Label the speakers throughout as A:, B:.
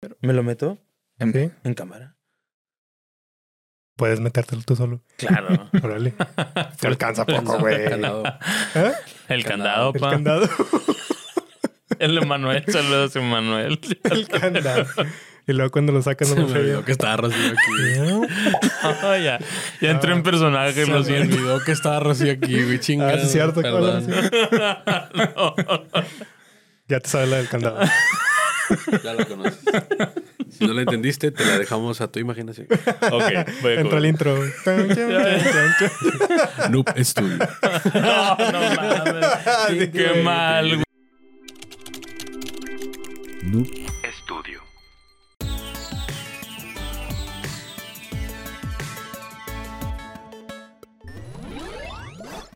A: Pero me lo meto en,
B: Sí.
A: en cámara.
B: Puedes metértelo tú solo.
A: Claro.
B: Órale. Te alcanza poco,
C: Candado,
B: güey.
C: candado.
B: ¿Eh?
C: El
B: El
C: candado, pa.
B: candado.
C: El Emanuel, saludos Emanuel.
B: El candado. Y luego cuando lo ¿Eh? sacas,
C: Se
B: no
C: me
B: me falla.
C: olvidó Creo que que estaba Rocío aquí. Ah, ya, ya entré en personaje,
B: Se
C: lo
B: me
C: siento. olvidó que estaba Rocío aquí, güey.
B: Ah,
C: Chingada.
B: sí, es cierto. ¿cuál
C: Perdón.
B: era? Ya te sabes la del candado.
D: Ya la conoces. Si no la entendiste, te la dejamos a tu imaginación.
C: ok, voy
B: Entra
C: a
B: el
C: comer.
B: intro. güey. Chan, chan, chan, chan.
D: Noob Studio.
C: No, no mames. Qué mal, güey.
E: Estudio.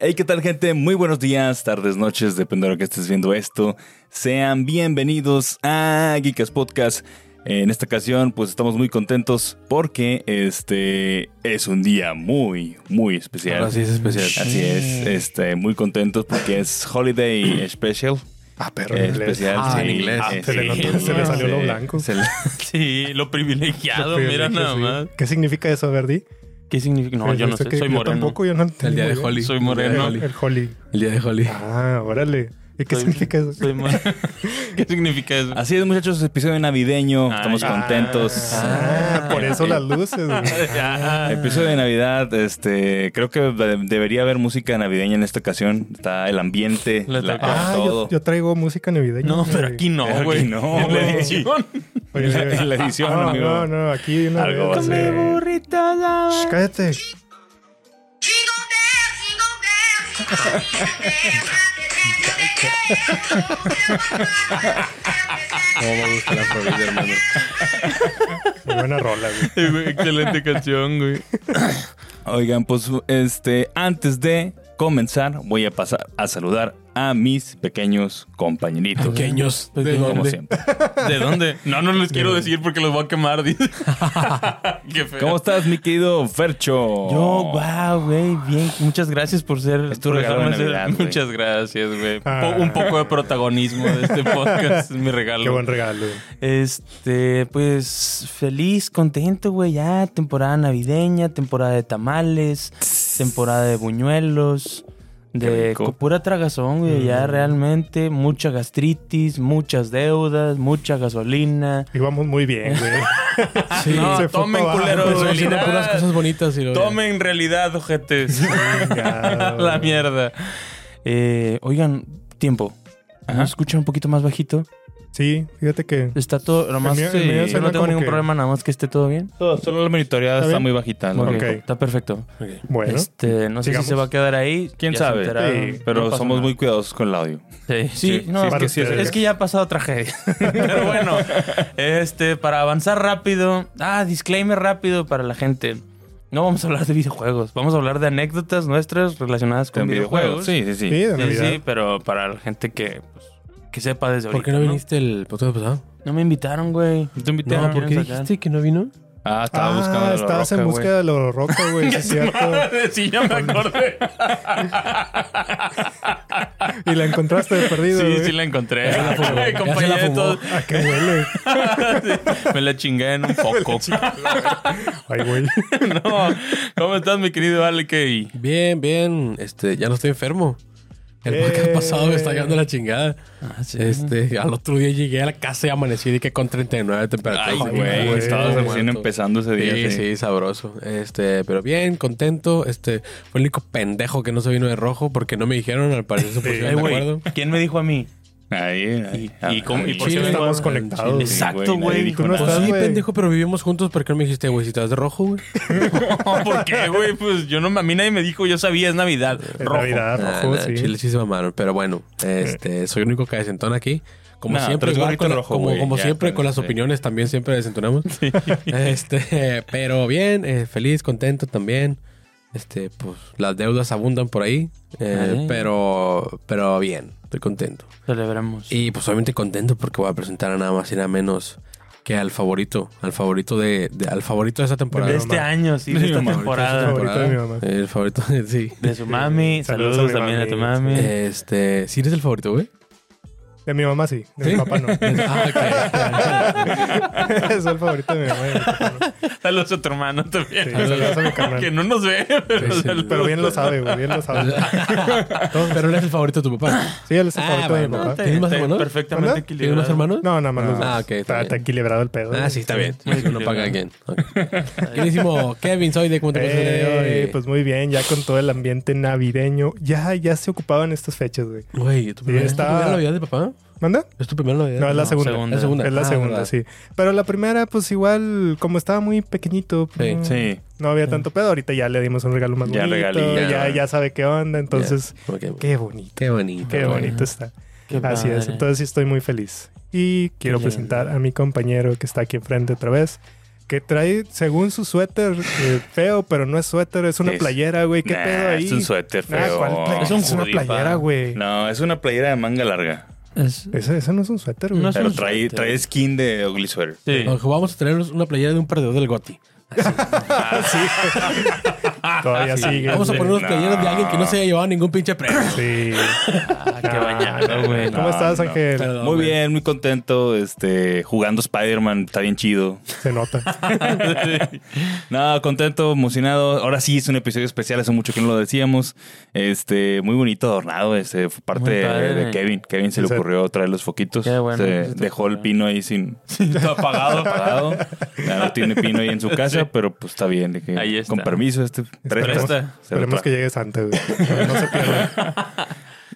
F: Hey, ¿qué tal gente? Muy buenos días, tardes, noches, depende de lo que estés viendo esto. Sean bienvenidos a Geekas Podcast. En esta ocasión, pues estamos muy contentos porque este es un día muy, muy especial.
D: Ahora sí es especial.
F: Así es, este, muy contentos porque es Holiday Special.
B: Ah, perro, en inglés.
F: especial
D: Ah, en
F: sí.
D: inglés.
F: Ah,
B: Se le
F: sí,
B: notó- se le salió lo
F: se-
B: blanco.
F: se le-
C: Sí, lo privilegiado, mira
B: Sí,
C: nada
B: sí.
C: más.
B: ¿Qué significa eso, Verdi?
C: ¿Qué significa? No, yo no
B: Esto
C: sé,
B: que
C: soy
B: yo
C: moreno.
B: tampoco, yo no entendí
D: El día
B: muy
D: de
B: bien.
D: Holly.
C: Soy
B: El-
C: moreno.
B: El Holly.
D: El día de Holly.
B: Ah, órale. ¿Y qué
C: Soy-
B: significa eso?
C: soy moreno. ¿Qué significa eso?
F: Así es, muchachos, episodio navideño.
C: Ah,
F: Estamos
C: ya.
F: contentos.
B: Ah, por eso
F: Eh,
B: las luces. güey.
C: Ya.
F: Episodio de Navidad, este, creo que de- debería haber música navideña en esta ocasión. Está el ambiente,
C: Le
F: la-
C: toca.
B: Ah,
F: todo.
B: yo, yo traigo música navideña.
C: No, pero
B: güey.
C: aquí no,
F: Aquí
C: güey.
F: no,
C: En la
F: güey.
C: edición.
B: Oye,
F: en la- en la edición,
B: no,
F: amigo.
B: No, no, aquí una
F: Algo
B: vez.
F: va a ser.
B: Dame burrito, dame. Shh, cállate.
G: Jingle bell, jingle bell, jingle bell, happy every day.
D: No me gusta la Florida, hermano.
B: Muy buena rola, güey.
C: Sí, güey, Excelente canción, güey.
F: Oigan, pues este, antes de comenzar, voy a pasar a saludar a mis pequeños compañeritos.
D: Pequeños. ¿De
F: Como
D: dónde?
F: siempre.
C: ¿De dónde? No, no les quiero decir porque los voy a quemar, dice. Qué feo.
F: ¿Cómo estás, mi querido Fercho?
C: Yo, wow, güey, bien. Muchas gracias por ser.
F: Oh. Es tu
C: por
F: regalo de
C: dejarme ser-
F: Navidad, güey.
C: Muchas gracias, güey. Po-
B: Ah.
C: Un poco de protagonismo de este podcast es mi regalo.
B: Qué buen regalo.
C: Este, pues feliz, contento, güey. Ya, temporada navideña, temporada de tamales, temporada de buñuelos,
F: Qué
C: de
F: rico. Mm.
C: co- pura tragazón, güey. Ya realmente, mucha gastritis, muchas deudas, mucha gasolina.
B: Íbamos muy bien, güey.
C: Sí,
B: se fue pa' abajo,
C: culeros,
B: empezó
C: realidad.
D: bonitas y lo.
C: Tomen realidad, ojetes.
B: Chingado.
C: La mierda. Eh, oigan, tiempo. ¿No escuchan un poquito más bajito?
B: Sí, fíjate que.
C: Está todo, nomás
B: El mío- el
C: eh,
B: mío
C: yo
B: suena
C: no tengo
B: como
C: ningún
B: que-
C: problema, nada más que esté todo bien.
F: Solo la monitoreada
B: ¿Está
F: está,
B: bien?
F: muy bajita. ¿no?
C: Ok,
B: Ok.
C: Está perfecto.
B: Bueno.
C: Este, no sé
B: sigamos.
C: si se va a quedar ahí.
F: ¿Quién
C: Ya se
F: sabe?
C: enteraron.
B: Sí,
F: Pero
C: No pasa
F: somos
C: nada.
F: muy cuidadosos con el audio.
C: Sí, sí,
F: sí,
C: no,
B: sí,
C: es,
B: para
C: que,
B: ustedes.
C: es que ya ha pasado tragedia. Pero bueno, este, para avanzar rápido, ah, disclaimer rápido para la gente. No vamos a hablar de videojuegos, vamos a hablar de anécdotas nuestras relacionadas con
F: Con
C: videojuegos.
F: videojuegos. Sí, sí, sí.
B: Sí, de
C: Sí,
B: Navidad.
C: sí, pero para la gente que, pues, que sepa desde
D: ¿Por
C: ahorita,
D: qué no viniste el podcast pasado?
C: No me invitaron, güey.
F: Te invité
D: No,
F: a-
D: ¿por qué
C: vienen acá.
D: dijiste que no vino?
F: Ah, estaba buscando.
B: Ah,
F: la
B: estabas
F: roca,
B: en
F: güey.
B: busca de la roca, güey. sí, es cierto.
C: sí, ya me acordé.
B: Y la encontraste de perdido.
C: Sí,
B: güey.
C: sí la encontré.
D: fumó,
C: Me
D: ya
C: acompañé
D: se la
C: de
D: fumó.
C: todo.
B: ¿A qué huele?
C: Me la chingué en un poco.
B: Ay, güey. Pues
C: no. ¿Cómo estás, mi querido Ale Key?
D: Bien, bien. Este, ya no estoy enfermo. El
B: Eh.
D: podcast pasado me está llevando la chingada. Este, al otro día llegué a la casa y amanecí de que con 39 de temperatura.
F: Ay,
D: Ay,
F: güey,
B: güey,
F: estabas
D: muerto.
F: recién empezando ese día.
D: Sí, sí, sabroso. Este, pero bien, contento. Este, fue el único pendejo que no se vino de rojo porque no me dijeron, al parecer se
C: Ay,
D: pusieron de
C: güey.
D: acuerdo.
C: ¿Quién me dijo a mí?
F: Ahí, ahí.
C: Y- y con- y
F: ahí.
C: por
B: Sí,
C: si vengo-
B: estamos conectados.
F: Sí,
C: Exacto,
F: nadie
C: güey.
F: dijo
B: Tú no
F: nada.
D: Pues
B: estás,
D: sí,
B: güey.
D: pendejo, pero vivimos juntos. ¿Por qué no me dijiste, güey, si te vas de rojo, güey?
C: No, ¿Por qué, güey? Pues yo no, a mí nadie me dijo, yo sabía, es Navidad.
B: En
C: Rojo.
B: Navidad,
D: Nah,
B: rojo,
D: nah,
B: sí.
D: Ah,
B: Eh.
D: Chile sí se mamaron. Pero bueno, este, soy el único que desentón aquí. Como
F: Nah,
D: siempre,
F: tres
D: igual
F: gorritos
D: con la-
F: rojo,
D: como,
F: güey,
D: como
F: ya,
D: siempre,
F: con
D: con las
F: eso, sí.
D: opiniones también siempre desentonamos. Este, pero bien, eh, feliz, contento también. Este, pues las deudas abundan por ahí. eh,
C: Ay.
D: pero, pero bien, estoy contento.
C: Celebramos.
D: Y pues obviamente contento porque voy a presentar a nada más y nada menos que al favorito, al favorito de, de- al favorito de esta temporada.
C: de este año, sí, de esta temporada.
B: favorito de mi mamá.
D: El favorito, sí.
C: De su mami.
B: Saludos
C: Saludos,
B: a mi Eh,
C: también a tu
B: mami.
C: mami.
D: Este, ¿sí eres el favorito, güey?
B: De mi mamá sí, de mi papá no.
D: Ah,
B: es el favorito de mi mamá. y de mi papá no.
C: Saludos a tu hermano también.
B: Sí, saludos a mi carnal.
C: que no nos ve, pero
D: Sí, sí.
C: saludos.
B: Pero bien lo sabe, güey, bien lo sabe.
D: ok. Pero no es el favorito de tu papá.
B: Sí, él es el
D: Ah,
B: favorito de mi
D: bueno,
B: papá.
D: ¿Tienes más
C: Está
D: hermanos?
C: Perfectamente
B: ¿Verdad?
D: ¿Tienes más
C: equilibrado.
D: hermanos?
B: No, nada más los dos.
D: Ah, ok, está
B: Está,
D: bien.
B: está equilibrado el pedo.
D: Ah, sí, está bien. Uno paga a quien. Ok. Queridísimo Kevin, soy de cuánto
B: Ey,
D: de hoy.
B: pues muy bien, ya con todo el ambiente navideño. Ya, ya se ocupaban estas fechas, güey.
D: Güey, ¿tu
B: Sí,
D: primera,
B: está-
D: ¿es tu primera Navidad de papá?
B: ¿Manda?
D: ¿Es tu primera Navidad?
B: No, es la segunda.
C: segunda.
D: Es segunda.
B: Es la
D: Ah,
B: segunda,
D: verdad.
B: sí. Pero la primera, pues igual, como estaba muy pequeñito,
D: Sí.
B: mm,
F: Sí.
B: no había tanto pedo. Ahorita ya le dimos un regalo más
F: Ya
B: bonito.
F: regalí, ya.
B: ya. Ya, sabe qué onda. Entonces,
D: Ya, ok.
B: qué bonito.
D: Qué bonito.
B: Qué
D: güey.
B: bonito está.
C: Qué
B: Así es.
C: padre.
B: Entonces sí estoy muy feliz. Y quiero
D: lindo.
B: presentar a mi compañero que está aquí enfrente otra vez. Que trae, según su suéter, eh, feo, pero no es suéter, es una
F: Es-
B: playera, güey. ¿Qué
F: Nah,
B: pedo ahí?
F: Es un suéter
B: Nah,
F: feo.
B: ¿cuál playera?
C: Ah,
B: es,
C: Es un
B: una
C: hoodie,
B: playera,
C: pa.
B: güey.
F: No, es una playera de manga larga.
C: Es-
B: Ese, ese no es un suéter, güey.
C: No es-
F: Pero
C: un
F: trae,
C: suéter.
F: trae skin de Ugly Sweater.
C: sí.
D: Ojo, Vamos a tener una playera de un perdedor del Goti.
F: Ah,
B: Todavía sigue.
D: Vamos a
B: güey.
D: poner unos
F: No.
D: playeras de alguien que no se haya llevado ningún pinche premio.
B: Sí.
C: Ah, qué bañado, güey.
B: ¿Cómo
F: No,
B: estás,
F: no.
B: Ángel?
D: Perdón,
F: Muy
D: güey.
F: bien, muy contento. Este, jugando Spider-Man, está bien chido.
B: Se nota.
F: Nada, contento, emocionado. Ahora sí es un episodio especial, hace mucho que no lo decíamos. Este, muy bonito adornado, este, fue parte
C: Muy
F: de,
C: padre.
F: de Kevin. Kevin se le
B: Ese-
F: ocurrió traer los foquitos.
C: Qué bueno,
F: Se
C: esto
F: dejó el
C: ocurrió.
F: pino ahí sin apagado, apagado. Ya no tiene pino ahí en su casa, pero pues está bien. de que-
C: Ahí está.
F: Con permiso, este tres-
C: Pero
B: Esperemos,
C: está.
F: se lo
B: esperemos
F: trajo.
B: que llegues antes, güey. No se pierda.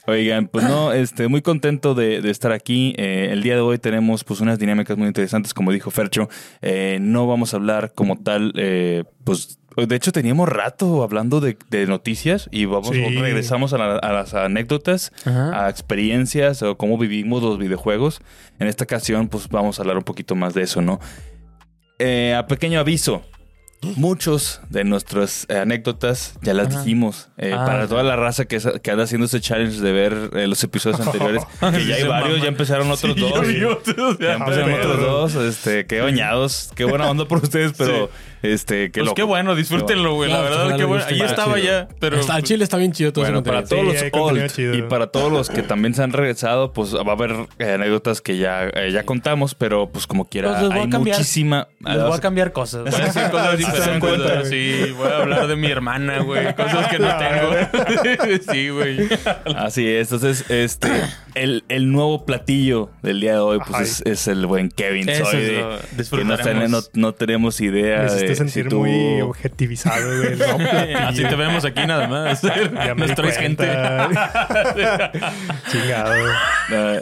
F: Oigan, pues no, este, muy contento de, de estar aquí. Eh, el día de hoy tenemos pues unas dinámicas muy interesantes, como dijo Fercho. Eh, no vamos a hablar como tal, eh, pues de hecho teníamos rato hablando de, de noticias y vamos
B: Sí.
F: regresamos a, la- a las anécdotas,
B: Ah,
C: Ajá.
F: a experiencias o cómo vivimos los videojuegos. En esta ocasión pues vamos a hablar un poquito más de eso, ¿no? Eh, a pequeño aviso. Muchos de nuestras eh, anécdotas ya las
C: Ajá.
F: dijimos. Eh,
C: Ah.
F: Para toda la raza que, es- que anda haciendo ese challenge de ver eh, los episodios anteriores, que ya hay
C: Se
F: varios,
C: maman.
F: ya empezaron otros
C: Sí,
F: dos.
C: yo vi otros,
F: Ya
C: ya.
F: empezaron
B: Pero-
F: otros dos. Este, qué bañados. Qué buena onda por ustedes, pero este, qué
C: Pues
F: loco.
C: qué bueno, disfrútenlo, güey. La
D: Claro,
C: verdad,
D: ojalá
C: qué
D: les
C: bueno.
D: guste
C: Ahí
D: más.
C: estaba
D: Sí.
C: ya, pero. pues,
D: Está al
B: pues,
D: chile, está bien chido todo
F: Bueno,
D: ese
F: para
D: contenido.
B: Sí,
F: todos los
B: hay contenido
F: old
B: chido.
F: y para todos los que también se han regresado, pues va a haber eh, anécdotas que ya, eh, ya contamos, pero pues como quiera,
C: Pues les voy a
F: hay
C: cambiar.
F: muchísima.
C: Les voy a cambiar cosas. Voy a decir cosas
B: Sí, se dan
C: diferentes.
B: cuenta,
C: o sea, Sí, voy a hablar de mi hermana, güey. Cosas que no tengo. sí, Ah, güey.
F: Así es, entonces este el, el nuevo platillo del día de hoy pues
B: Ay.
F: es, es el buen Kevin
C: Eso
F: Soy
C: es
F: de-
C: lo-
F: que no,
C: disfrutaremos.
F: ten- no- no tenemos idea
B: Me
F: de
B: hiciste sentir
F: eh, si tú-
B: muy objetivizado, güey. No,
C: Así te vemos aquí nada más.
B: Ya me di
C: Nuestra gente.
B: cuenta. Chingado.
F: Ah,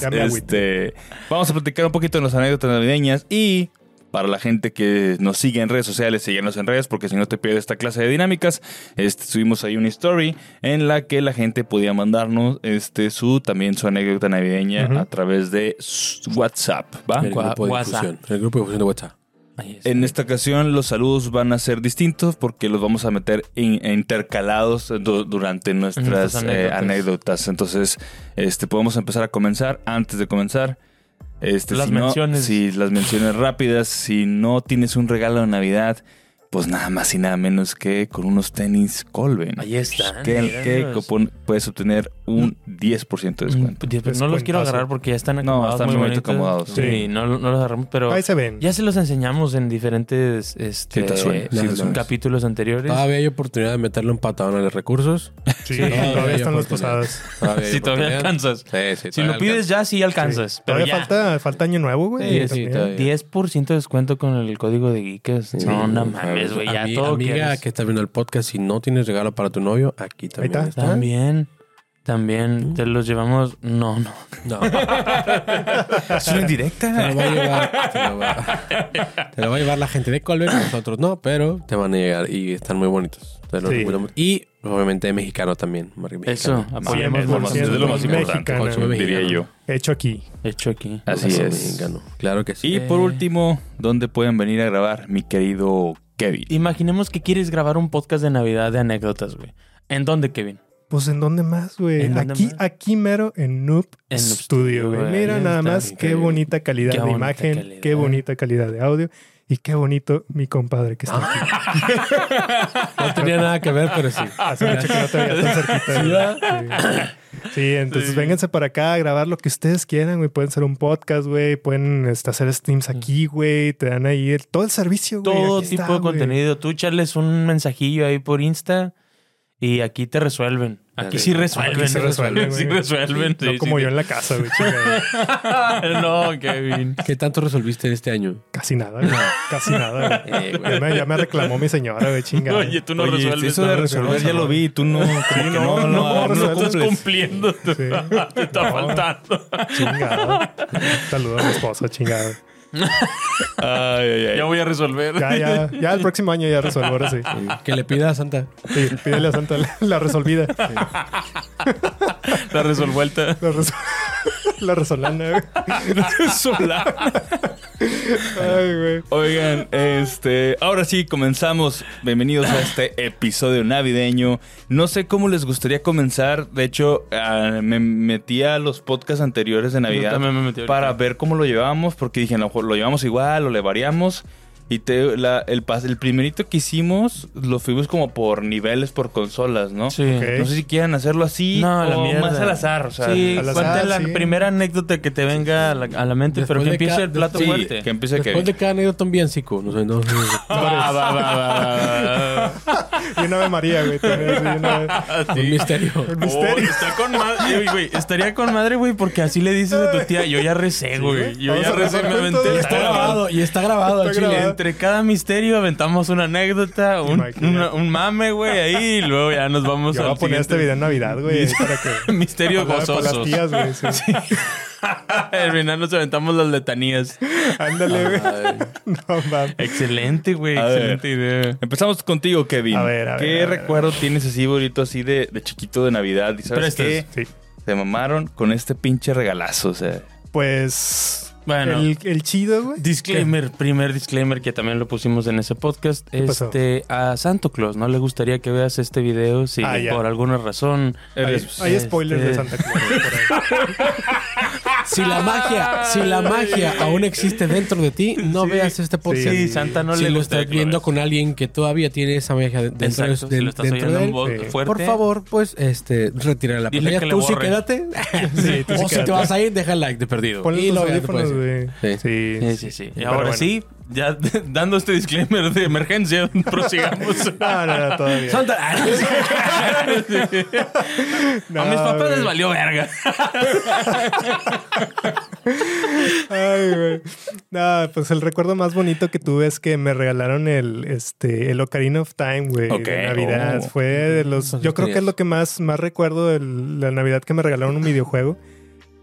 B: Ya me agüité.
F: este vamos a platicar un poquito de las anécdotas navideñas y para la gente que nos sigue en redes sociales, síguenos en redes porque si no te pierdes esta clase de dinámicas. Este, subimos ahí una story en la que la gente podía mandarnos este su también su anécdota navideña
B: Ujú.
F: a través de su WhatsApp, ¿va?
D: El grupo de
C: WhatsApp.
D: difusión. El grupo de difusión de WhatsApp.
F: En esta ocasión los saludos van a ser distintos porque los vamos a meter in- intercalados du- durante nuestras
C: Nuestras
F: eh,
C: anécdotas.
F: anécdotas. Entonces, este, podemos empezar a comenzar. Antes de comenzar, este,
C: Las
F: si no-
C: menciones.
F: si las menciones rápidas, si no tienes un regalo de Navidad, pues nada más y nada menos que con unos tenis Colben.
C: Ahí están,
F: Que,
C: míralos. Mm.
F: que copón- puedes obtener un 10% de descuento.
C: pues, No los quiero
B: Descuentazo.
C: agarrar porque ya están acomodados.
F: No, están
C: muy
F: muy bonito
C: bonitos.
F: acomodados.
C: Sí,
B: Sí.
C: no, no los agarramos, pero
B: Ahí se ven.
C: ya se los enseñamos en diferentes este,
F: Sí te suena, sí te suena.
C: capítulos anteriores.
B: Ah,
D: Todavía hay oportunidad de meterle un patadón a los recursos.
B: Sí,
D: Sí,
B: todavía
D: hay
B: están las
D: oportunidad.
B: posadas.
D: Todavía hay
C: si todavía
D: oportunidad.
C: alcanzas.
D: Sí, sí,
C: Si lo pides ya, sí alcanzas. Pero
B: Todavía
C: ya.
B: falta, falta año nuevo, güey.
D: Sí, sí,
B: también.
D: todavía.
C: 10% de descuento con el código de Geekers. no, no mames, güey. Ya todo
D: Amiga
C: quieres.
D: que está viendo el podcast, si no tienes regalo para tu novio, aquí también
B: está.
D: está.
C: También, también te los llevamos. No, no.
D: No. ¿Es una indirecta? Te lo va a llevar. Te lo va, te lo va a llevar la gente de Colbert, nosotros no, pero te van a llegar y están muy bonitos. Te los
B: Sí.
D: recomendamos. Y obviamente mexicano también. marca mexicana.
C: Eso, apoyemos.
B: Siempre,
F: es lo más- es de lo más
B: siempre
F: importante,
B: mexicana,
D: consume
B: güey.
F: Diría yo.
B: Hecho aquí.
C: Hecho aquí. Eh,
F: Así
D: Eso,
F: es.
D: mexicano. Claro que sí.
F: Y por último, ¿dónde pueden venir a grabar, mi querido Kevin?
C: Imaginemos que quieres grabar un podcast de Navidad de anécdotas, güey. ¿En dónde, Kevin?
B: Pues en dónde más, güey.
C: ¿En dónde
B: Aquí,
C: más?
B: aquí mero en Noob
C: En Noob
B: Studio,
C: Studio,
B: güey.
C: güey.
B: Mira
C: Ahí
B: nada
C: está,
B: más qué
D: increíble.
B: bonita calidad
C: Qué
B: de
C: bonita
B: imagen,
C: calidad.
B: qué bonita calidad de audio y qué bonito mi compadre que está aquí. Ah,
D: No tenía nada que ver, pero sí.
B: Hace mucho que no te veía tan cerquita. güey. Sí. Sí, entonces vénganse para acá a grabar lo que ustedes quieran, güey. Pueden hacer un podcast, güey. Pueden este, hacer streams aquí, güey. Te dan ahí el- todo el servicio, güey.
C: Mm. Todo
B: Aquí
C: tipo
B: está,
C: de
B: güey.
C: contenido. Tú echarles un mensajillo ahí por Insta y aquí te resuelven. Aquí
D: Dale.
C: sí resuelven.
B: Aquí sí resuelven,
C: Sí
B: güey.
C: resuelven.
B: No
C: sí,
B: como
C: sí. Ah,
B: yo en la casa, güey. chingada.
C: no, Kevin.
D: ¿Qué tanto resolviste este año?
B: Casi nada, güey. Casi nada, güey.
D: Eh, güey.
B: Ya me, ya me reclamó mi señora, güey, chinga.
C: Oye, tú no
F: Oye,
C: resuelves.
F: Eso de
C: no,
F: resolver ya lo vi, tú no. como que
C: No,
F: no,
C: no, no,
B: resuelves.
C: estás cumpliendo.
B: Sí.
C: Te está faltando.
B: Chingada. Saludos a mi esposa, chingada.
F: Ay, ay, ay.
C: Ya voy a resolver.
B: Ya, ya, ya el próximo año ya resuelvo, ahora sí.
D: Que le pida a Santa.
B: Sí, pídele a Santa la, la resolvida.
C: La resolvuelta.
B: La, resol- la resolana, güey.
F: Sola.
B: Ay, güey.
F: Oigan, este, ahora sí comenzamos. Bienvenidos a este episodio navideño. No sé cómo les gustaría comenzar. De hecho, ah, me metí a los podcasts anteriores de
C: Yo
F: Navidad.
C: también me metí ahorita.
F: para ver cómo lo llevábamos, porque dije, a lo mejor lo llevamos igual o le variamos. Y te, la- el, pas- el primerito que hicimos lo fuimos como por niveles, por consolas, ¿no?
C: Sí.
B: Ok.
F: No sé si quieran hacerlo así
C: No, la
F: o
C: mierda.
F: más al azar, o sea.
C: sí,
B: al azar,
C: cuenta la
B: sí.
C: primera anécdota que te venga a la, a la mente,
D: Después
C: pero que
D: de
C: empiece
D: ca-
C: el plato
F: sí,
C: fuerte.
F: que empiece
D: Después
F: Kevin.
D: de cada anécdota un villancico. No sé, no. no, no.
F: Va, va, va, va, va, va.
B: Y una Ave María, güey. también, sí, una Ave-
D: Un misterio.
B: Un
C: Oh,
B: misterio.
C: está con madre, güey, güey. Estaría con madre, güey, porque así le dices a tu tía, yo ya recé, güey. Yo
B: Vamos
C: ya
B: a
C: recé, me
B: grabar todo
C: aventé.
B: esto.
D: Está grabado. Y está grabado al
B: Está
D: chile.
B: grabado.
C: Entre cada misterio aventamos una anécdota, un,
B: Imagínate.
C: una- un mame, güey, ahí y luego ya nos vamos
B: Yo voy a
C: al
B: poner este video
C: siguiente
B: en Navidad, güey. Para que.
C: misterio
B: para- para las
C: gozoso.
B: tías, güey. sí.
C: Al final nos aventamos las letanías.
B: Ándale, güey. No mames.
C: Excelente, güey,
F: A ver.
C: excelente idea.
F: Empezamos contigo, Kevin.
B: A ver, a ver,
F: ¿Qué
B: a ver, a ver.
F: recuerdo tienes así bonito, así de, de chiquito de Navidad? ¿Y sabes
C: Prestes.
F: qué?
B: Sí.
F: Se mamaron con este pinche regalazo, o sea.
B: Pues.
C: Bueno.
B: El, el chido, güey.
C: Disclaimer, primer disclaimer que también lo pusimos en ese podcast.
B: pasó?
C: Este, a Santo Claus no le gustaría que veas este video si
B: Ah, ya.
C: por alguna razón
B: Hay,
F: eres-
B: hay spoilers de
C: este-
B: Santa Claus. güey, por ahí.
D: Si la magia, si la magia aún existe dentro de ti, no
C: Sí,
D: veas este podcast.
B: sí,
C: Sí, Santa no
D: si
C: le
D: lo
C: gusta
D: estás
C: que
D: viendo
C: veas.
D: con alguien que todavía tiene esa magia de- dentro, de-
C: Exacto, si lo estás
D: dentro
C: oyendo
D: de
C: en
D: él,
C: voz
B: sí.
C: fuerte.
D: por favor, pues, este, retira la
C: Dile
D: pantalla.
C: que le
D: Tú sí
C: borre.
D: quédate.
B: Sí, tú sí
D: o si
B: quédate.
D: te vas a ir, deja el like de perdido.
B: Ponle
D: Y
B: los
D: lo veas,
B: audífonos,
D: pues.
B: güey.
D: Sí.
B: Sí.
C: Sí, sí, sí. Y
B: Pero
C: ahora
B: bueno.
C: sí, ya dando este disclaimer de emergencia, prosigamos.
B: No, no, no, todavía.
D: Santa- Ah, no,
B: No,
C: a mis papás
B: güey.
C: les valió verga.
B: Ay, güey. No, pues el recuerdo más bonito que tuve es que me regalaron el, este, el Ocarina of Time, güey.
F: Ok.
B: De Navidad.
F: Oh.
B: Fue de los.
D: Entonces
B: Yo creo que es
D: tenías-
B: lo que más, más recuerdo de la Navidad que me regalaron un videojuego.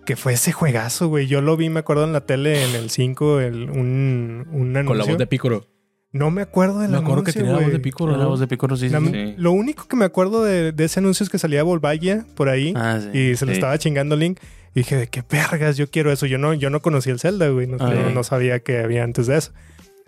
B: Que fue ese juegazo, güey. Yo lo vi, me acuerdo en la tele, en el 5, el, un, un anuncio.
D: Con la voz de Pícoro.
B: No me acuerdo del
D: Me acuerdo que
B: anuncio,
D: tenía la voz
B: güey.
D: de Pícoro.
C: La
D: ¿no?
C: voz de Picoro sí, sí,
B: La-
C: sí.
F: sí.
B: Lo único que me acuerdo de, de ese anuncio es que salía Volvagia por ahí
C: Ah, sí.
B: y se lo
F: Sí.
B: estaba chingando Link. Y dije, ¿de qué vergas? Yo quiero eso. Yo no, yo no conocía el Zelda, güey. No,
C: Ah,
B: no-
C: ok.
B: no sabía que había antes de eso.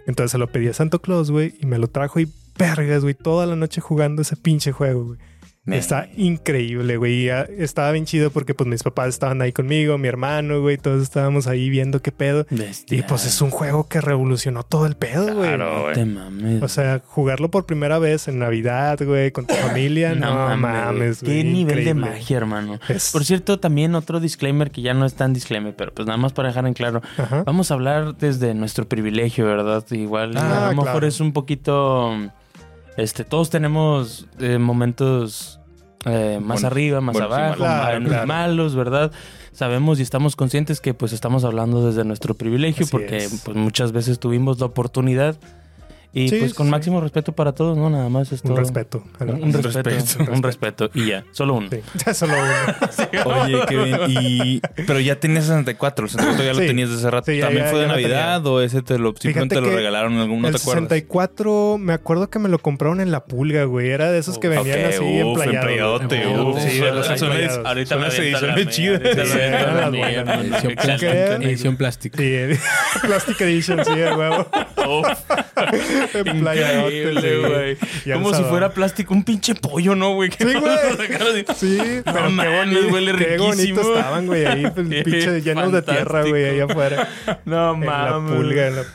B: Entonces se lo pedí a Santo Claus, güey, y me lo trajo y vergas, güey, toda la noche jugando ese pinche juego, güey.
F: me-
B: Está increíble, güey. y, ah, Estaba bien chido porque pues mis papás estaban ahí conmigo, mi hermano, güey, todos estábamos ahí viendo qué pedo.
C: Bestia.
B: Y pues es un juego que revolucionó todo el pedo, güey.
F: Claro,
C: No
F: güey.
C: te mames.
B: O sea, jugarlo por primera vez en Navidad, güey, con tu familia, no, mames,
C: Ah, Qué
B: güey,
C: nivel de
B: increíble.
C: magia, hermano.
B: Es-
C: Por cierto, también otro disclaimer que ya no es tan disclaimer, pero pues nada más para dejar en claro.
B: Ajá.
C: Vamos a hablar desde nuestro privilegio, ¿verdad? Igual
B: Ah,
C: a lo mejor
B: claro.
C: es un poquito. Este, todos tenemos eh, momentos eh, más
F: Bueno,
C: arriba, más
F: buenos y
C: abajo,
B: malos. Claro,
C: buenos y
B: claro.
C: malos, ¿verdad? Sabemos y estamos conscientes que pues estamos hablando desde nuestro privilegio
B: Así
C: porque
B: es.
C: pues muchas veces tuvimos la oportunidad y
B: Sí,
C: pues con
B: sí.
C: máximo respeto para todos, ¿no? Nada más es
B: Un
C: todo.
B: respeto. a la-
C: Un, un respeto,
F: respeto.
C: un respeto y ya, solo uno.
B: Sí, ya solo uno.
F: Oye, Kevin, y... Pero ya tenías 64, el 64 ya
B: Sí.
F: lo tenías desde hace rato.
B: Sí, ya-
F: ¿También
B: ya-
F: fue de
B: ya lo
F: Navidad o ese te lo, simplemente te lo
B: que
F: regalaron en algún, no
B: el
F: te acuerdas?
B: 64, me acuerdo que me lo compraron en La Pulga, güey. Era de esos que venían
F: Ok,
B: así
F: uf,
B: emplayados.
F: emplayote,
B: güey.
F: uf.
B: Sí, de los
F: Son
B: emplayados.
F: las-
C: Ahorita
F: Son
C: me
F: las
C: avientan la
F: ediciones
C: mía,
F: chidas.
C: ahorita me
B: Sí,
C: avientan la
B: las
C: mía,
B: buenas.
C: hermano.
D: Edición
C: Excelente.
B: plástica.
D: Edición plástica.
B: Sí, Plastic Edition, sí, de huevo. En
C: Increíble, güey.
B: Ya
C: Como
B: lo
C: si
B: sabrán.
C: fuera plástico, un pinche pollo, ¿no, güey? Que
B: Sí,
C: nos
B: güey.
C: sacaron
B: Sí,
C: así. No
B: pero qué
C: mames,
B: bonito,
C: huele
B: qué bonito
C: riquísimo.
B: estaban, güey, ahí el
C: Qué
B: pinche llenos de tierra, güey, ahí afuera.
C: No
B: En la
C: mames.
B: pulga, en la...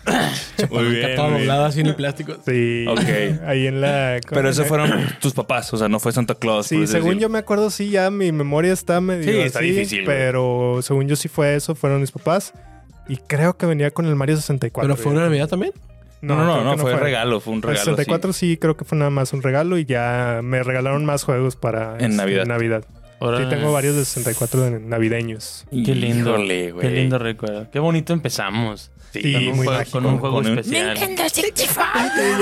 F: Muy bien.
D: todo
F: muy bien.
D: doblado así en el plástico.
B: sí.
F: Ok.
B: Ahí en la
F: Pero esos fueron pues, tus papás, o sea, no fue Santa Claus.
B: Sí, según yo me acuerdo, sí, ya mi memoria está medio.
F: Sí, está
B: así,
F: difícil, güey.
B: Pero según yo sí fue eso, fueron mis papás. Y creo que venía con el Mario 64.
D: ¿Pero fue
B: güey.
D: una Navidad también?
F: No, no,
B: creo
F: no,
B: que
F: no, fue regalo, fue un
B: El
F: regalo.
B: 64 sí. creo que fue nada más un regalo y ya me regalaron más juegos para este,
F: En Navidad.
C: Órale.
B: Sí, tengo varios de 64 de navideños.
F: sí.
C: Qué lindo,
F: Híjole, güey.
C: Qué lindo recuerdo. Qué bonito empezamos.
B: Sí,
C: con, un
B: muy
C: juego,
B: mágico.
C: con un juego
F: Con un-
C: especial.
D: Yo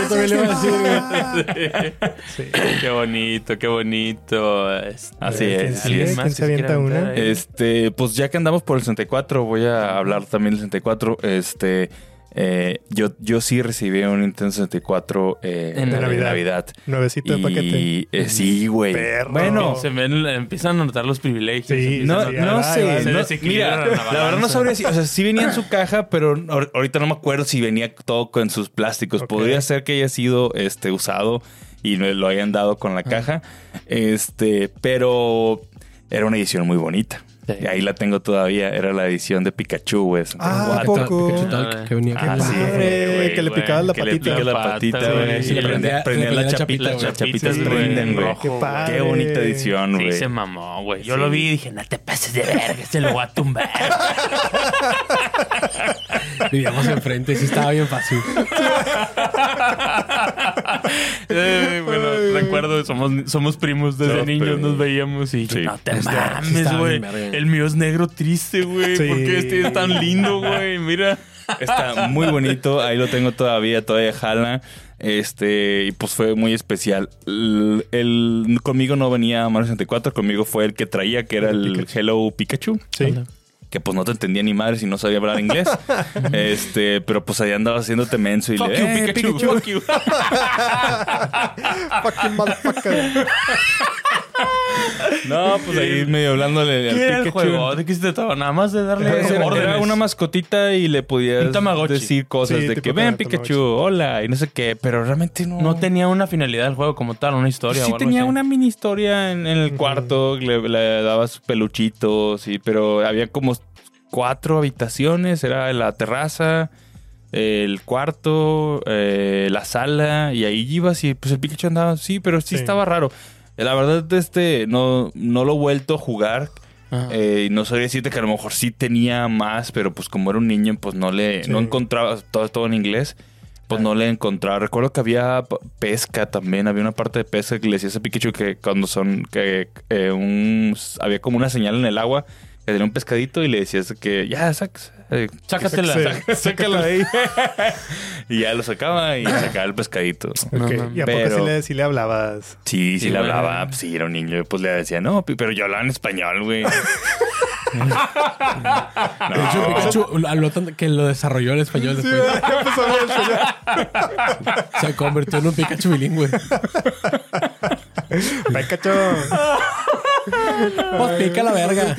D: también le iba a decir, güey.
C: qué bonito, qué bonito. Este,
F: Así
B: Eh,
F: es,
B: sí,
F: así
B: eh,
F: es.
B: ¿quién
C: más
B: se
C: que se
B: avienta
C: quiera
B: una?
C: aventar ahí?
F: Este, pues ya que andamos por el 64, voy a hablar también del 64. Este, eh, yo, yo sí recibí un Nintendo 64 eh,
C: En
F: de
B: Navidad.
F: Navidad.
B: Nuevecito de paquete.
F: Y eh, sí, güey.
B: Perro.
F: Bueno,
C: Se ven, empiezan a notar los privilegios.
B: Sí,
C: empiezan a
F: No,
B: Sí,
C: notar-
F: no
B: ahí va, ahí va.
F: sé.
B: Se
F: no-
C: desequilibra
F: mira,
C: la
F: la, verdad no
C: balanza.
F: sabría si. O sea, sí venía en su caja, pero ahor- ahorita no me acuerdo si venía todo con sus plásticos.
B: Ok.
F: Podría ser que haya sido este, usado y no- lo hayan dado con la caja. Este, pero era una edición muy bonita.
C: Sí.
F: Y ahí la tengo todavía. Era la edición de Pikachu, güey.
B: Ah, ¿a
F: Cuatro.
B: poco?
D: Pikachu Talk, que venía
F: Ah,
D: con-
F: sí,
B: padre, güey, que le picabas la
F: que le
B: patita.
F: picabas la patita,
C: güey.
F: güey. Y le prendía-
D: prendía-
F: prendían
D: le
F: la
D: prendía la
F: chapita.
D: chapita,
F: Las
D: güey.
F: chapitas
C: Chapitas, güey,
F: prenden,
C: en
F: güey.
C: rojo, güey.
B: padre.
F: Qué bonita edición,
C: Sí,
F: güey.
C: se mamó, güey. Yo lo vi y dije, no te pases de verga, se lo voy a tumbar.
D: Vivíamos enfrente, sí estaba bien fácil.
C: Eh, bueno, recuerdo, somos, somos primos desde
F: Somos
C: niños,
F: primos.
C: nos veíamos y
F: Sí.
C: no te
D: sí
C: mames,
D: estaba
C: güey.
D: bien verga.
C: El mío es negro triste, güey.
B: Sí.
C: ¿Por qué este es tan lindo, güey? Mira.
F: Está muy bonito, ahí lo tengo todavía, todavía jala. Este, y pues fue muy especial. El, el- conmigo no venía Mario 64, conmigo fue el que traía, que era el Hello Pikachu,
B: Sí.
F: que pues no te entendía ni madre si no sabía hablar inglés. este, pero pues ahí andaba haciéndote menso y
C: Fuck
F: le
C: you,
F: "Eh,
C: Pikachu,
F: Pikachu".
C: fuck you.
B: Fucking motherfucker.
F: No, pues ahí medio hablándole al
C: ¿Qué era el
F: Pikachu.
C: juego? ¿De qué se trataba? Nada más de darle
F: Pues era-
C: órdenes.
F: era una mascotita y le podías
C: Un Tamagotchi.
F: decir cosas
B: Sí,
F: de
B: tipo
F: que ven
B: Tamagotchi".
F: Pikachu, hola y no sé qué, pero realmente
C: No tenía una finalidad el juego como tal, una historia.
F: Pues Sí
C: o algo
F: tenía
C: así.
F: una mini historia en, en el cuarto, le, le daba sus peluchitos, sí, pero había como cuatro habitaciones, era la terraza, el cuarto, eh, la sala, y ahí ibas y pues el Pikachu andaba, sí, pero sí,
B: Sí.
F: estaba raro. La verdad, este, no, no lo he vuelto a jugar.
C: Ajá.
F: eh, y no sabría decirte que a lo mejor sí tenía más, pero pues como era un niño, pues no le,
B: Sí.
F: no encontraba todo, todo en inglés. Pues no le encontraba. Recuerdo que había p- pesca también. Había una parte de pesca que le decía a Pikachu que cuando son. que eh, un, Había como una señal en el agua que tenía un pescadito y le decías que ya, sacas.
C: Sácatela.
B: Sí, sácatela ahí.
F: y ya lo sacaba y sacaba el pescadito.
C: No,
B: Ok,
C: no,
B: ¿Y a poco
F: pero-
B: sí le, sí le hablabas?
F: Sí, sí,
C: Sí,
F: le
C: güey.
F: hablaba. Pues, sí, era un niño. Pues le decía, no, pi- pero yo hablaba en español, güey.
D: De hecho, Pikachu, a lo tanto que lo desarrolló el español después. Se convirtió en un Pikachu bilingüe.
B: Pikachu.
D: Pues pica la verga.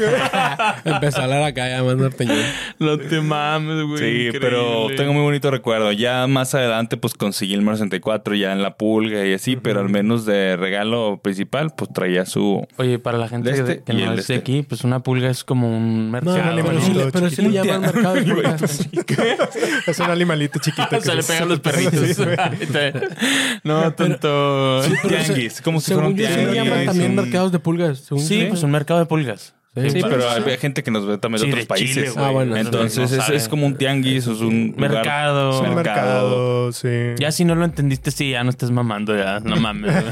D: Empezó a hablar acá ya más norteño.
C: No te mames, güey.
F: Sí,
C: increíble.
F: pero tengo muy bonito recuerdo. Ya más adelante, pues conseguí el Mario 64 ya en la pulga y así, pero al menos de regalo principal, pues traía su.
C: Oye, para la gente
F: De
C: que-
F: este
C: que
F: y
C: no es
F: el este.
C: de aquí, pues una pulga es como un
D: No,
C: mercado.
B: un
D: pero Ah, sí,
B: animalito
D: le- pero sí le
B: chiquito.
D: llaman mercado de pulgas.
B: Es un animalito chiquito. que
C: Se le pegan los
B: Sí,
C: perritos.
B: güey.
C: no, tanto.
D: Sí, pero
F: Tianguis, como si fuera
D: según
F: un
D: yo, sí le
F: tianguis.
D: llaman también
F: un-
D: mercados de pulgas. según
C: Sí,
D: yo. ¿eh?
C: pues un mercado de pulgas.
D: Sí,
F: Sí, pero
D: sí.
F: hay gente que nos ve también
C: Sí,
F: de otros
C: de Chile,
F: países.
C: güey.
D: Ah, bueno,
F: Entonces
C: no
F: es,
C: saben.
F: es como un tianguis, es un lugar-
C: Mercado.
F: es
B: Es
F: un
B: un
F: mercado.
B: mercado, sí.
C: Ya si no lo entendiste, sí, ya no estás mamando, ya. No mames. güey.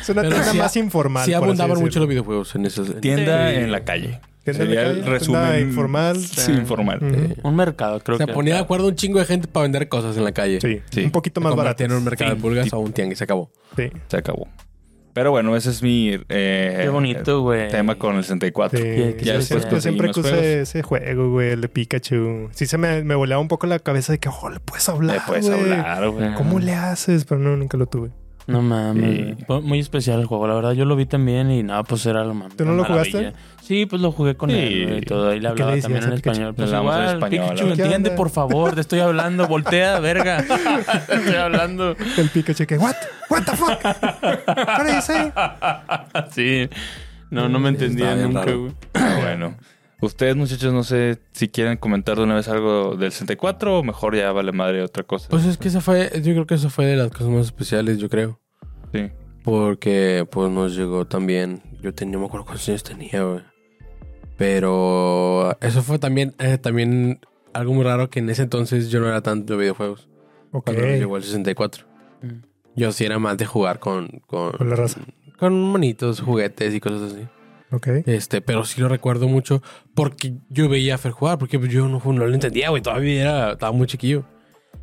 B: Es una
D: Pero
B: tienda
D: sí a-
B: más informal.
D: Sí
B: por así
D: abundaban mucho
B: decirlo.
D: los videojuegos en esas. en-
F: Tienda
C: Sí.
F: en la calle.
B: Tienda en la
F: Sería
B: calle,
F: el
B: tienda
F: resumen.
B: pues, informal.
F: Sí, informal.
C: un mercado, creo
D: Se
C: que.
D: ponía de acuerdo un chingo de gente para vender cosas en la calle.
B: Sí,
F: Sí.
B: un poquito más barato.
D: Tiene un mercado de pulgas o un tianguis, se acabó.
B: Sí.
F: Se acabó. Pero bueno, ese es mi. eh,
C: Qué bonito, güey.
F: Tema con el 64.
B: Sí,
C: que
B: yo
C: después
B: siempre-
F: conseguí
B: yo siempre
F: unos
B: que usé
F: juegos.
B: ese juego, güey, el de Pikachu. Sí se me, me volaba un poco la cabeza de que, oh, le puedes hablar,
F: Le puedes
B: güey.
F: hablar, güey.
B: ¿Cómo le haces? Pero no, nunca lo tuve.
C: Eh, No mames.
F: Sí.
C: güey. Fue muy especial el juego, la verdad. Yo lo vi también y nada, pues era lo mames.
B: ¿Tú no lo jugaste?
C: Sí, pues lo jugué con
F: Sí.
C: él güey, y todo.
B: ¿Y
C: Y le
B: qué le
C: hablaba
B: decías
C: también en
B: a Pikachu?
C: español. Pues
F: Le hablamos en
C: igual,
F: español,
C: Pikachu,
F: ¿no?
B: ¿Qué
C: entiende,
B: onda?
C: por favor. Te estoy hablando. Voltea, verga. te estoy hablando.
B: El Pikachu que, what? What the fuck? What did you say?
C: Ah, sí. No, no me entendía
D: está bien
C: nunca,
D: raro.
C: güey.
F: Ah, bueno. Ustedes, muchachos, no sé si quieren comentar de una vez algo del 64 o mejor ya vale madre otra cosa.
D: Pues es que eso fue, yo creo que eso fue de las cosas más especiales, yo creo.
F: sí.
D: Porque pues nos llegó también. Yo tenía, no me acuerdo cuántos años tenía, güey. Pero eso fue también, eh, también algo muy raro que en ese entonces yo no era tanto de videojuegos.
B: Ok.
D: Cuando nos llegó el 64.
C: Mm.
D: Yo sí era más de jugar con, con,
B: Con la raza.
D: con monitos, juguetes y cosas así.
B: Ok.
D: Este, pero sí lo recuerdo mucho porque yo veía a Fer jugar, porque pues, yo no, no lo entendía, güey. Todavía era, estaba muy chiquillo.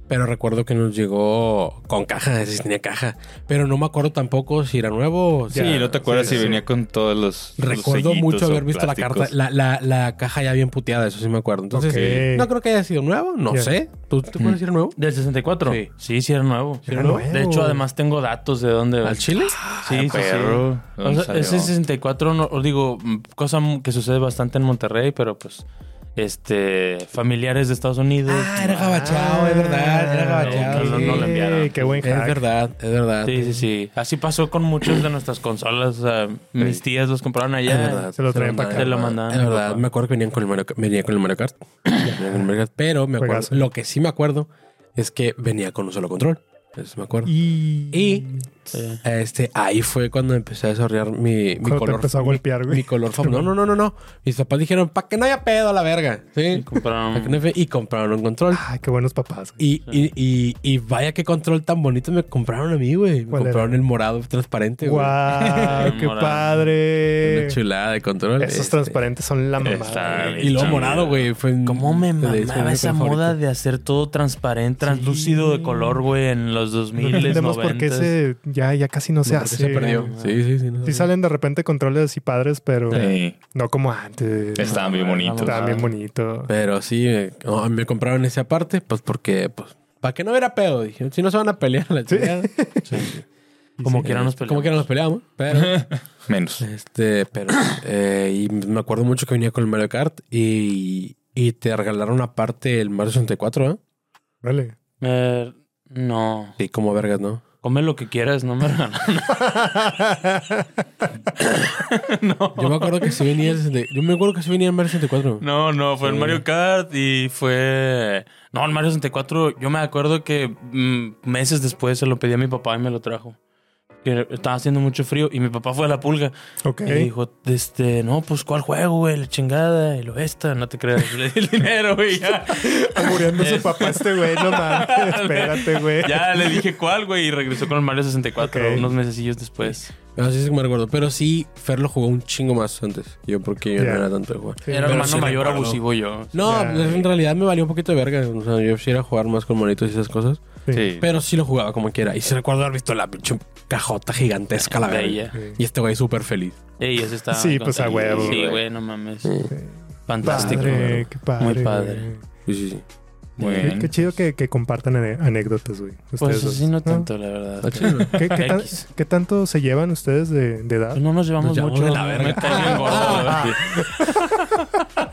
D: Pero recuerdo que nos llegó con caja, ese sí tenía caja. Pero no me acuerdo tampoco si era nuevo. o
F: Sí,
D: sea,
F: no te acuerdas
B: sí,
F: si
B: sí.
F: venía con todos los. los
D: Recuerdo
F: sellitos
D: mucho
F: o
D: haber visto la
F: plásticos.
D: carta, la, la- la caja ya bien puteada, eso sí me acuerdo. Entonces,
B: Ok.
D: no creo que haya sido nuevo, no
B: Ya.
D: sé. ¿Tú te puedes decir nuevo?
C: ¿Del 64?
D: Sí.
C: Sí, sí era nuevo.
B: Era nuevo.
C: De hecho, además tengo datos de dónde...
D: ¿Al Chile?
C: Sí, sí, sí.
F: perro.
C: O sea,
F: ¿Dónde
C: ese
F: salió?
C: 64, no, os digo, mm, cosa m- que sucede bastante en Monterrey, pero pues, este, familiares de Estados Unidos.
D: Ah, era gabachao, es verdad, era
C: no,
D: gabachao.
C: no, no
D: sí.
C: lo enviaron.
B: Qué buen
D: Ah, Es
B: hack.
D: verdad, es verdad.
C: Sí, sí, sí. Así pasó con muchos de nuestras consolas. O sea, mis tías los compraron allá.
D: Ah, Es verdad.
B: Ah, Se lo traen
D: mandaban,
B: para
C: acá.
D: es
C: Se lo
D: verdad.
C: mandaban
D: Es
C: a
D: verdad.
C: Europa.
D: Me acuerdo que venían con el Mario, venía con el Mario Kart. Venía con el Mario Kart, Pero me acuerdo,
B: Juegazo.
D: lo que sí me acuerdo es que venía con un solo control. Eso me
B: Mm.
D: acuerdo.
B: Y...
D: Y
C: Sí.
D: este, ahí fue cuando empecé a desarrollar mi, mi
B: Cuando te
D: color.
B: empezó a golpear,
D: Mi
B: güey.
D: color fab- No, no, no, no, no. Mis papás dijeron, para que no haya pedo a la verga. Sí.
C: Y
B: Mm.
C: compraron-
D: Pa' que no haya fe- Y compraron un control.
B: Ay, qué buenos papás. güey.
D: Y, y, y, y vaya qué control tan bonito me compraron a mí, güey. Me
B: ¿Cuál era?
D: compraron el morado transparente, güey.
B: Guau, qué
C: Morado.
D: Una
B: padre.
D: chulada de control.
B: Esos
D: Este.
B: transparentes son la
F: Está
B: mamada. güey.
D: Y luego
F: Sí.
D: morado, güey. Fue en-
C: ¿Cómo me
D: de- de-
C: mamaba
D: de-
C: esa
D: favorito.
C: moda de hacer todo transparente, translúcido de color, güey, en los 2000,
B: No entendemos por
C: 90.
B: qué ese ya, ya casi no se
D: Porque
B: hace.
D: se perdió. Sí, sí, sí. no
B: Sí
D: sabía.
B: salen de repente controles así padres, pero
F: Sí.
B: no como antes.
F: Estaban bien bonitos.
B: Estaba bien bonito.
D: Pero sí, eh, no, me compraron esa parte, pues porque, pues, para que no hubiera pedo. Dije, si no se van a pelear, la chingada.
C: Como que eran los
D: Como que no nos peleamos, pero.
F: Menos.
D: este, pero. eh, y me acuerdo mucho que venía con el Mario Kart y, y te regalaron aparte el Mario 64, ¿eh?
B: Vale.
C: Eh, no.
D: Sí, como vergas, ¿no?
C: Come lo que quieras, no me regalaron.
D: Yo me acuerdo que sí venía el 64. Yo me acuerdo que sí venía el Mario 64.
C: No, no, fue el Mario Kart y fue... No, el Mario 64, yo me acuerdo que mm, meses después se lo pedí a mi papá y me lo trajo. Que estaba haciendo mucho frío y mi papá fue a la pulga.
B: Ok.
C: Y dijo, este, no, pues, ¿cuál juego, güey? La chingada, el oesta, no te creas. Le di el dinero, güey, ya.
B: Está muriendo su papá este güey, no mames. Espérate, güey.
C: Ya le dije cuál, güey, y regresó con el Mario 64
B: Ok.
C: unos mesecillos después.
D: Así es que Ah, me recuerdo. Pero sí, Fer lo jugó un chingo más antes. Yo, porque yo
B: Ya.
D: no era tanto de jugar.
B: Sí.
C: Era
D: Pero
C: hermano
D: sí
C: mayor
D: recuerdo.
C: abusivo yo.
D: No,
B: Ya.
D: pues, en realidad me valió un poquito de verga. O sea, yo quisiera jugar más con monitos y esas cosas.
F: Sí.
D: Pero sí lo jugaba como quiera. Y sí recuerdo haber visto la pinche cajota gigantesca, la verga.
C: Bella.
D: Y este güey súper feliz.
C: Ey, ese estaba
B: Sí, pues, a
C: contento.
B: huevo,
C: Sí,
B: güey.
C: güey, no mames.
B: Padre,
C: Fantástico.
B: qué padre.
C: Muy padre.
B: güey.
D: Sí, sí, sí.
F: Muy
B: Qué-
F: bien.
B: Qué chido que, que compartan ane- anécdotas, güey. Ustedes
C: Pues
B: dos.
C: así no tanto, la verdad.
D: Está chido.
B: ¿Qué, qué tan-
C: X.
B: qué tanto se llevan ustedes de, de edad?
C: Pues no nos llevamos
D: Nos llevamos
C: mucho.
D: de la verga.
C: Me caí bien gordo, güey.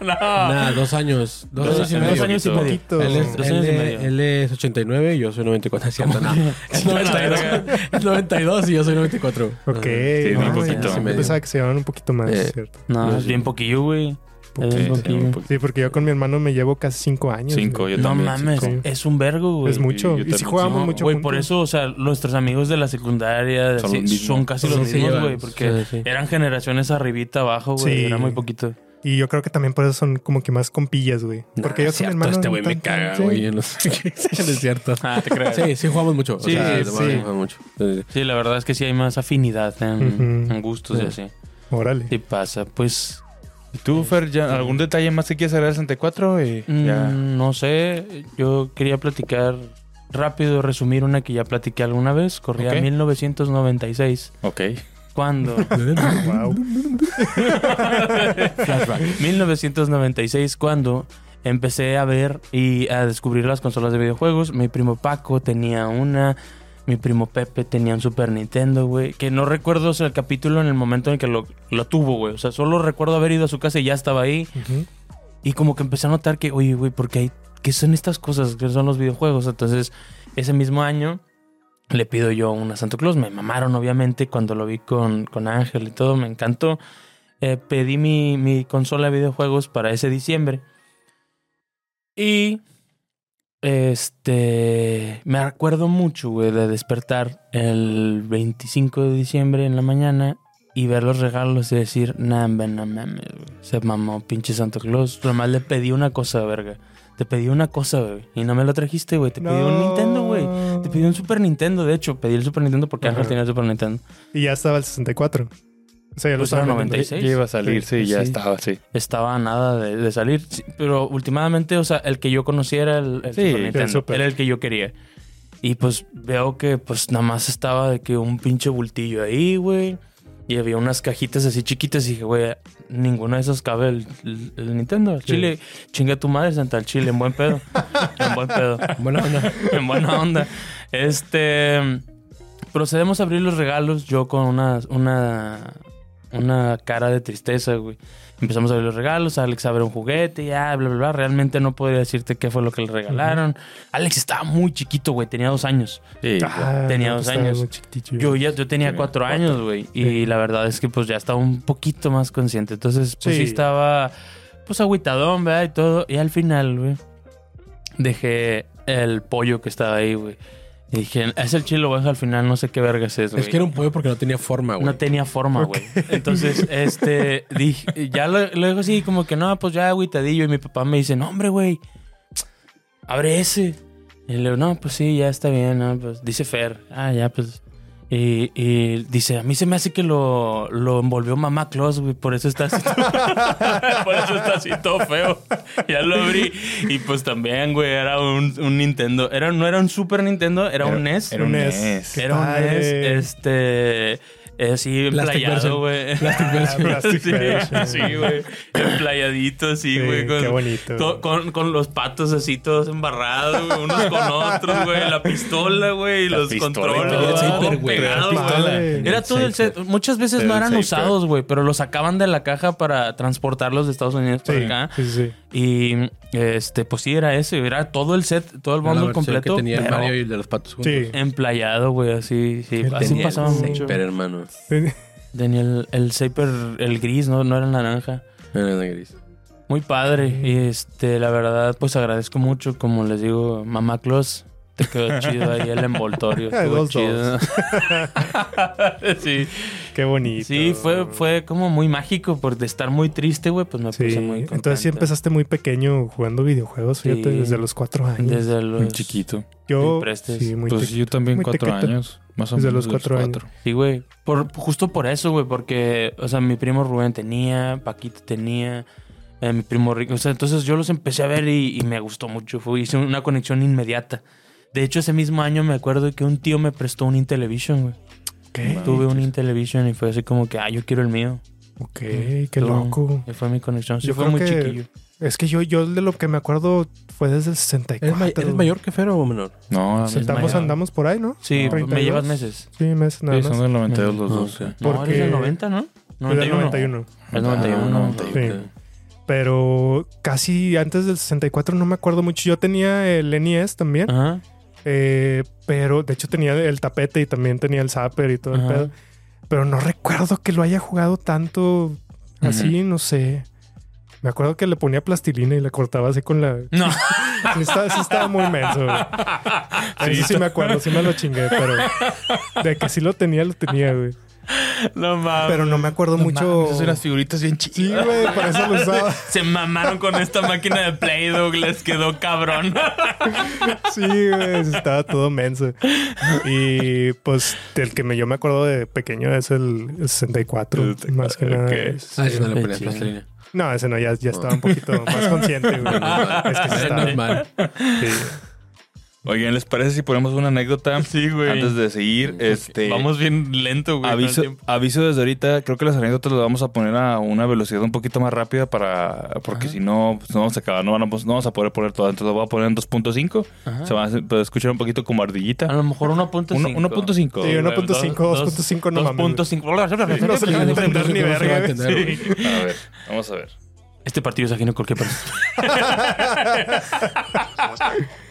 D: Nada, dos años. Dos,
C: Ah. Dos
D: años y
C: años,
D: medio.
C: dos años y medio.
B: Poquito.
D: Él es,
C: Dos
D: él
C: años y
D: es-
C: medio.
D: él es 89 y yo soy 94. Es cierto, no. Es
C: A la
D: 92,
C: verga.
D: es 92 y yo soy 94.
B: Ok.
F: Sí, muy
B: ah,
F: poquito.
B: ya, Yo pensaba que se llevaban un poquito más,
D: Eh.
B: ¿cierto?
C: No,
D: Yo
C: es
D: sí.
C: bien poquillo, güey. Es bien
F: Sí, sí, un
C: poquillo.
F: poquito.
B: Sí, porque yo con mi hermano me llevo casi cinco años.
F: Cinco,
B: güey.
F: yo
C: No
F: también.
C: mames,
B: sí.
C: es un vergo, güey.
B: Es mucho.
F: yo
B: Y si
F: también.
B: jugábamos
C: No,
B: mucho
C: Güey, por
B: juntos.
C: eso, o sea, nuestros amigos de la secundaria
F: Son
C: sí,
F: los mismos.
C: son casi los
D: Sí, se
C: mismos,
D: llevan.
C: güey, porque
D: Sí, sí.
C: eran generaciones arribita, abajo, güey.
B: Sí.
C: Era muy poquito.
B: Y yo creo que también por eso son como que más compillas, güey. Porque yo con mi
D: Nah, es cierto,
B: hermano...
D: Este güey
B: no
D: me
B: tan-
D: caga,
B: sí.
D: güey. Yo no sé qué decir, es cierto.
C: Ah, te creo.
D: Sí, sí jugamos mucho.
C: Sí,
D: o sea,
B: sí.
D: sí. jugamos mucho. Sí, sí.
C: Sí, la verdad es que sí hay más afinidad en,
B: Ujú.
C: en gustos y así.
B: Órale.
C: Sí pasa, pues
F: ¿Y ¿Tú, Fer, ya, algún detalle más que quieras agregar al 64? Y
C: Mm,
F: ya.
C: No sé, yo quería platicar rápido, resumir una que ya platiqué alguna vez. Corría
F: Ok.
C: 1996.
F: Ok.
C: ¿Cuándo?
B: Wow.
C: 1996, cuando empecé a ver y a descubrir las consolas de videojuegos. Mi primo Paco tenía una. Mi primo Pepe tenía un Super Nintendo, güey. Que no recuerdo o sea, el capítulo en el momento en que lo, lo tuvo, güey. O sea, solo recuerdo haber ido a su casa y ya estaba ahí.
B: Ujú.
C: Y como que empecé a notar que, oye, güey, ¿por qué hay? ¿Qué son estas cosas? ¿Qué son los videojuegos? Entonces, ese mismo año le pido yo una Santa Claus. Me mamaron, obviamente, cuando lo vi con, con Ángel y todo. Me encantó. Eh, pedí mi, mi consola de videojuegos para ese diciembre. Y. Este. Me acuerdo mucho, güey, de despertar el 25 de diciembre en la mañana y ver los regalos y decir, nah, hombre, no mames, güey. Se mamó, pinche Santa Claus. Nomás le pedí una cosa, verga. Te pedí una cosa, güey. Y no me lo trajiste, güey. Te pedí un
B: No.
C: Nintendo, güey. Te pedí un Super Nintendo, de hecho. Pedí el Super Nintendo porque Ángel tenía el Super Nintendo.
B: Y ya estaba el 64. O sea, ya lo
C: Pues era
B: estaba vendiendo.
C: 96. ¿Seis?
A: Ya iba a salir, sí, ya
C: Sí.
A: estaba, sí.
C: Estaba a nada de, de salir. Sí, pero últimamente, o sea, el que yo conocía era el, el
A: Sí,
C: Super
A: el
C: Nintendo.
B: Super.
C: Era el que yo quería. Y pues veo que pues nada más estaba de que un pinche bultillo ahí, güey. Y había unas cajitas así chiquitas y dije, güey, ninguna de esas cabe el, el- el Nintendo. El Chile, chinga tu madre, Santa, el Chile, en buen pedo. en buen pedo.
D: Buena onda.
C: en buena onda. Este. Procedemos a abrir los regalos. Yo con una. Una, una cara de tristeza, güey. Empezamos a abrir los regalos. Alex abre un juguete, ya, bla, bla, bla. Realmente no podría decirte qué fue lo que le regalaron. Alex estaba muy chiquito, güey. Tenía dos años.
A: Sí,
B: Ah,
C: Tenía
B: no,
C: dos
B: estaba
C: años.
B: muy chiquitillo.
C: Yo ya yo tenía
A: Sí,
C: cuatro años, güey. Y la verdad es que pues ya estaba un poquito más consciente. Entonces, pues sí,
B: Sí.
C: estaba pues agüitadón, ¿verdad? Y todo. Y al final, güey, dejé el pollo que estaba ahí, güey. Y dije, es el chilo, güey, al final no sé qué vergas es, güey.
D: Es que era un pollo porque no tenía forma, güey.
C: No tenía forma, güey. Entonces, este, dije, ya lo, lo dejo así, como que no, pues ya agüitadillo. Y mi papá me dice, no, hombre, güey, abre ese. Y le digo, no, pues sí, ya está bien, ¿no? Pues dice Fer, ah, ya, pues. Y, y dice, a mí se me hace que lo, lo envolvió mamá Claus, güey, por eso está así. todo- por eso está así todo feo. Ya lo abrí. Y pues también, güey, era un, un Nintendo. Era, no era un Super Nintendo, era, un
A: E
C: NES.
F: Era un E
B: NES.
F: NES.
C: Era un
B: Padre.
C: NES, este. Así
D: Plastic
C: emplayado,
D: version.
C: güey.
B: Ah,
D: Plastic version.
B: Plastic
C: Sí,
B: version.
C: Sí, güey. Emplayadito, así,
B: eh. Sí,
C: güey. con,
B: qué bonito.
C: to- con, con los patos así todos embarrados, güey. Unos con otros, güey. La pistola, güey. Y
A: La
C: los
A: pistola,
C: controles.
D: tenía el
C: todo
D: saber, güey.
C: pegado,
B: La pistola,
C: güey.
B: güey.
C: Era todo el set. Muchas veces
A: Era
C: no
A: el
C: eran
A: saber.
C: usados, güey. Pero los sacaban de la caja para transportarlos de Estados Unidos
B: Sí,
C: para acá.
B: sí, sí.
C: Y este, pues sí, era ese. Era todo el set, todo el
D: Era la
C: bundle
D: versión
C: completo.
D: Que tenía el
C: pero
D: Mario y el de los patos juntos.
B: Sí.
C: Emplayado, güey, así, sí,
B: Qué
C: así
D: Tenía el
C: pasaba
B: sí,
C: mucho.
D: Saber, hermano.
C: Tenía el, el Saper, el gris, ¿no? No era el naranja.
D: Era de gris.
C: Muy padre. Y este, la verdad, pues agradezco mucho, como les digo, mamá Claus. Te quedó chido ahí el envoltorio.
B: Ay,
C: Estuvo
B: dos,
C: chido. sí,
B: Qué bonito.
C: sí fue, fue como muy mágico por de estar muy triste, güey, pues me
B: Sí.
C: puse muy contento.
B: Entonces sí empezaste muy pequeño jugando videojuegos, fíjate,
C: Sí.
B: desde los cuatro años.
C: desde los
A: Muy chiquito.
B: yo,
C: muy prestes.
B: sí, muy
A: Pues
B: chiquito.
A: yo también
B: muy
A: cuatro
B: tequito.
A: años. Más o
B: Desde
A: menos.
B: los cuatro
C: Sí, güey. Por, justo por eso, güey. Porque, o sea, mi primo Rubén tenía, Paquito tenía, eh, mi primo Rico. O sea, entonces yo los empecé a ver y, y me gustó mucho. Fue, hice una conexión inmediata. De hecho, ese mismo año me acuerdo que un tío me prestó un Intellivision, güey.
B: ¿Qué?
C: Tuve un Intellivision y fue así como que, ah, yo quiero el mío.
B: Ok, qué
C: Fue-
B: loco.
C: y fue mi conexión. Sí,
B: Yo
C: fue
B: creo
C: muy
B: que-
C: chiquillo.
B: Es que yo, yo de lo que me acuerdo fue desde el
D: ¿Eres,
B: 64.
D: ma- eres mayor que Fer o menor?
A: No,
C: Sí,
A: sí,
B: Estamos,
C: mayor.
B: andamos por ahí, ¿no?
C: Sí,
B: 32.
C: me llevas meses.
B: Sí, meses nada más.
A: son del 92 los
D: No,
A: dos.
D: Ah, ok.
A: sí.
C: No,
B: Porque-
C: eres del 90, ¿no?
B: Yo del
C: 91.
B: 91.
C: Es 91.
D: Ah,
B: Sí.
D: ok.
B: Pero casi antes del 64 no me acuerdo mucho. Yo tenía el NES también.
C: Ajá.
B: Eh, pero de hecho tenía el tapete y también tenía el zapper y todo el
C: Ajá.
B: pedo. Pero no recuerdo que lo haya jugado tanto así, no sé. Me acuerdo que le ponía plastilina y la cortaba así con la.
C: No.
B: Sí, está- sí estaba muy menso. güey. Eso sí me acuerdo, sí me lo chingué, pero de que sí lo tenía, lo tenía, güey.
C: No
E: Ah,
C: mames.
B: Pero no me acuerdo mucho.
A: Esas son las figuritas bien
B: Sí,
A: chiquitas.
B: güey, para eso lo usaba.
C: Se mamaron con esta máquina de Play Doh, les quedó cabrón.
B: Sí, güey, estaba todo menso. Y pues el que me, yo me acuerdo de pequeño es el 64, más que nada. es-
D: Ah, sí, no le
C: Qué
D: ponías
C: chido.
D: plastilina.
B: No, ese no, ya, ya estaba un poquito más consciente, güey.
D: Menos mal.
B: Es que sí
D: Menos
B: estaba.
D: mal.
B: sí.
F: Oigan, ¿les parece si ponemos una anécdota?
C: Sí, güey.
F: Antes de seguir, este.
C: Vamos bien lento, güey.
F: Aviso,
C: con el tiempo.
F: aviso desde ahorita, creo que las anécdotas las vamos a poner a una velocidad un poquito más rápida para. Porque si no, pues no vamos a acabar, no, vamos, no vamos a poder poner todas. Entonces lo voy a poner en 2.5.
C: Ajá. Ah,
F: Se va a hacer- puede escuchar un poquito como ardillita.
C: A lo mejor 1.5.
F: Uno- 1.5.
B: Sí,
F: güey.
B: 1.5, 2.5, no mames.
C: 2.5.
B: No se le va a entender ni
D: No se le va a
B: verga.
D: entender,
B: güey.
D: güey.
F: A ver, vamos a ver.
C: Este partido es ajeno a cualquier persona.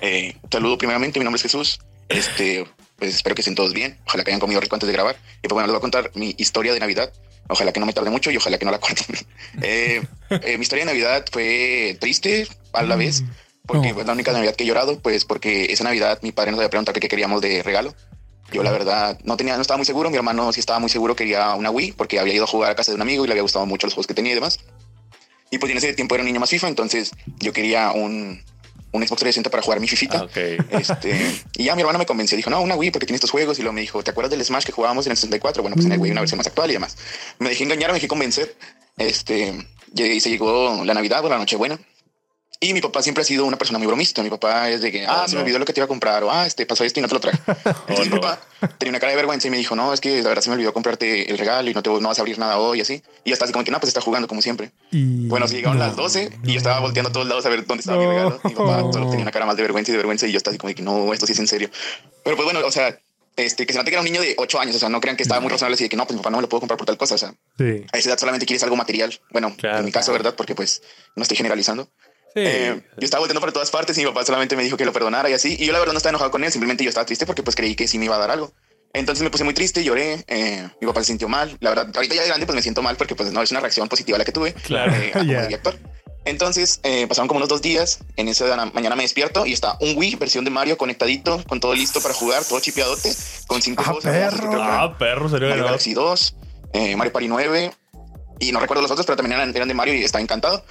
A: Eh, saludo primeramente, mi nombre es Jesús. Este, pues espero que estén todos bien. Ojalá que hayan comido rico antes de grabar. Y pues bueno, les voy a contar mi historia de Navidad. Ojalá que no me tarde mucho y ojalá que no la corten. Eh, eh, mi historia de Navidad fue triste a la vez, porque
D: No.
A: fue la única Navidad que he llorado, pues porque esa Navidad mi padre nos había preguntado que qué queríamos de regalo. Yo la verdad no tenía, no estaba muy seguro. Mi hermano sí estaba muy seguro, quería una Wii porque había ido a jugar a casa de un amigo y le había gustado mucho los juegos que tenía y demás. Y pues en ese tiempo era un niño más FIFA, entonces yo quería un, un Xbox 360 para jugar mi fifita.
F: Ah, ok.
A: Este, y ya mi hermano me convenció, dijo, no, una Wii porque tiene estos juegos. Y luego me dijo, ¿te acuerdas del Smash que jugábamos en el 64? Bueno, pues en el Wii una versión más actual y demás. Me dejé engañar, me dejé convencer. Este, y se llegó la Navidad o la Nochebuena. Y mi papá siempre ha sido una persona muy bromista. Mi papá es de que, ah,
F: Oh,
A: se
F: no.
A: me olvidó lo que te iba a comprar, o ah, este pasó esto y no te lo traje. Entonces mi
F: oh, no.
A: papá tenía una cara de vergüenza y me dijo, no, es que la verdad se me olvidó comprarte el regalo y no te no vas a abrir nada hoy, así. Y ya está así como que, no, pues está jugando como siempre.
B: Y-
A: Bueno, sí, llegaron las 12 y yo estaba volteando a todos lados a ver dónde estaba
B: No.
A: mi regalo. Mi papá solo tenía una cara más de vergüenza y de vergüenza y yo estaba así como de que no, esto sí es en serio. Pero pues bueno, o sea, este, que se note que era un niño de 8 años, o sea, no crean que estaba muy razonable así de que no, pues mi papá no me lo puedo comprar por tal cosa, o sea,
B: Sí.
A: a esa edad solamente quieres algo material. Bueno,
C: Claro,
A: en mi caso, ¿verdad? Porque pues no estoy generalizando.
C: Sí.
A: Eh, yo estaba volteando por todas partes y mi papá solamente me dijo que lo perdonara y así. Y yo la verdad no estaba enojado con él, simplemente yo estaba triste porque pues creí que sí me iba a dar algo. Entonces me puse muy triste, lloré, eh, mi papá se sintió mal. La verdad, ahorita ya de grande pues me siento mal porque pues no es una reacción positiva la que tuve.
C: Claro.
A: eh, a como
B: Ya.
A: debía actuar. Entonces eh, pasaron como unos dos días. En esa de la mañana me despierto y está un Wii versión de Mario conectadito, con todo listo para jugar, todo chipeadote, con cinco
B: Ah,
A: juegos hermosos que
B: perro.
A: creo que-
F: Ah, perro, salió
A: Mario
F: grabado.
A: Galaxy 2, eh, Mario Party 9 y no recuerdo los otros, pero también eran, eran de Mario y estaba encantado.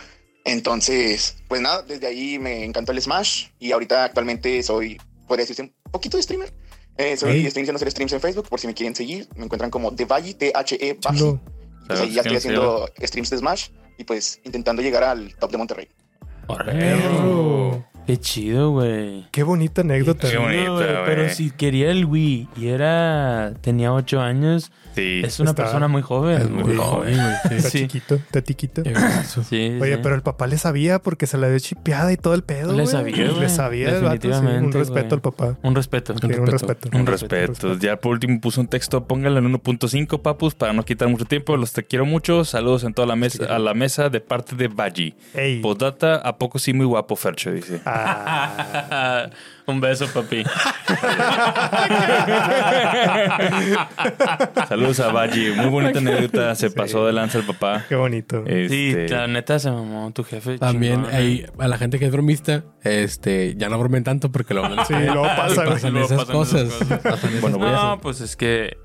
A: Entonces, pues nada, desde ahí me encantó el Smash y ahorita actualmente soy, podría decirse, un poquito de streamer. Eh, soy,
B: Ey.
A: Estoy iniciando a hacer streams en Facebook por si me quieren seguir. Me encuentran como The Valle, T-H-E, Valle.
B: Chulo.
A: Pues ahí
F: Claro,
A: ya estoy
F: sí,
A: haciendo streams de Smash y pues intentando llegar al top de Monterrey.
B: Perro.
C: Qué chido, güey.
B: Qué bonita anécdota.
F: Qué bonito,
C: No, güey,
F: güey.
C: Pero si quería el Wii y era. tenía 8 años,
F: Sí.
C: es una
B: Está-
C: persona muy joven.
D: Es muy
C: güey.
D: joven, güey.
B: Está
C: Sí.
B: chiquito, está tiquito.
D: Qué brazo.
C: Sí,
B: Oye,
C: sí.
B: pero el papá le sabía porque se la dio chipeada y todo el pedo.
C: Le
B: güey.
C: sabía,
B: Le
C: güey.
B: sabía el vato, sí. Un
C: Definitivamente,
B: respeto
C: güey.
B: al papá.
C: Un respeto.
B: Sí, un respeto.
F: Un respeto. Ya por último puso un texto, póngale en 1.5, papus, para no quitar mucho tiempo. Los te quiero mucho. Saludos en toda la mesa, a la mesa de parte de Valle.
B: Ey.
F: Postdata, ¿a poco sí muy guapo, Fercho? Dice.
B: Ah,
C: Un beso, papi.
F: Saludos a Valle. Muy bonita anécdota. Se pasó de lanza el papá.
B: qué bonito.
C: Sí,
F: Este,
C: la neta se mamó tu jefe.
D: También
C: chingón, ¿eh?
D: ahí, a la gente que es bromista, este, ya no bromen tanto porque lo
B: Sí, luego
D: ah,
B: pasa, güey.
D: pasan
C: luego
D: esas
C: pasan
D: cosas.
C: esas cosas.
D: Pasan esas
F: Bueno, voy a
D: cosas.
F: hacer-
C: No, pues es que.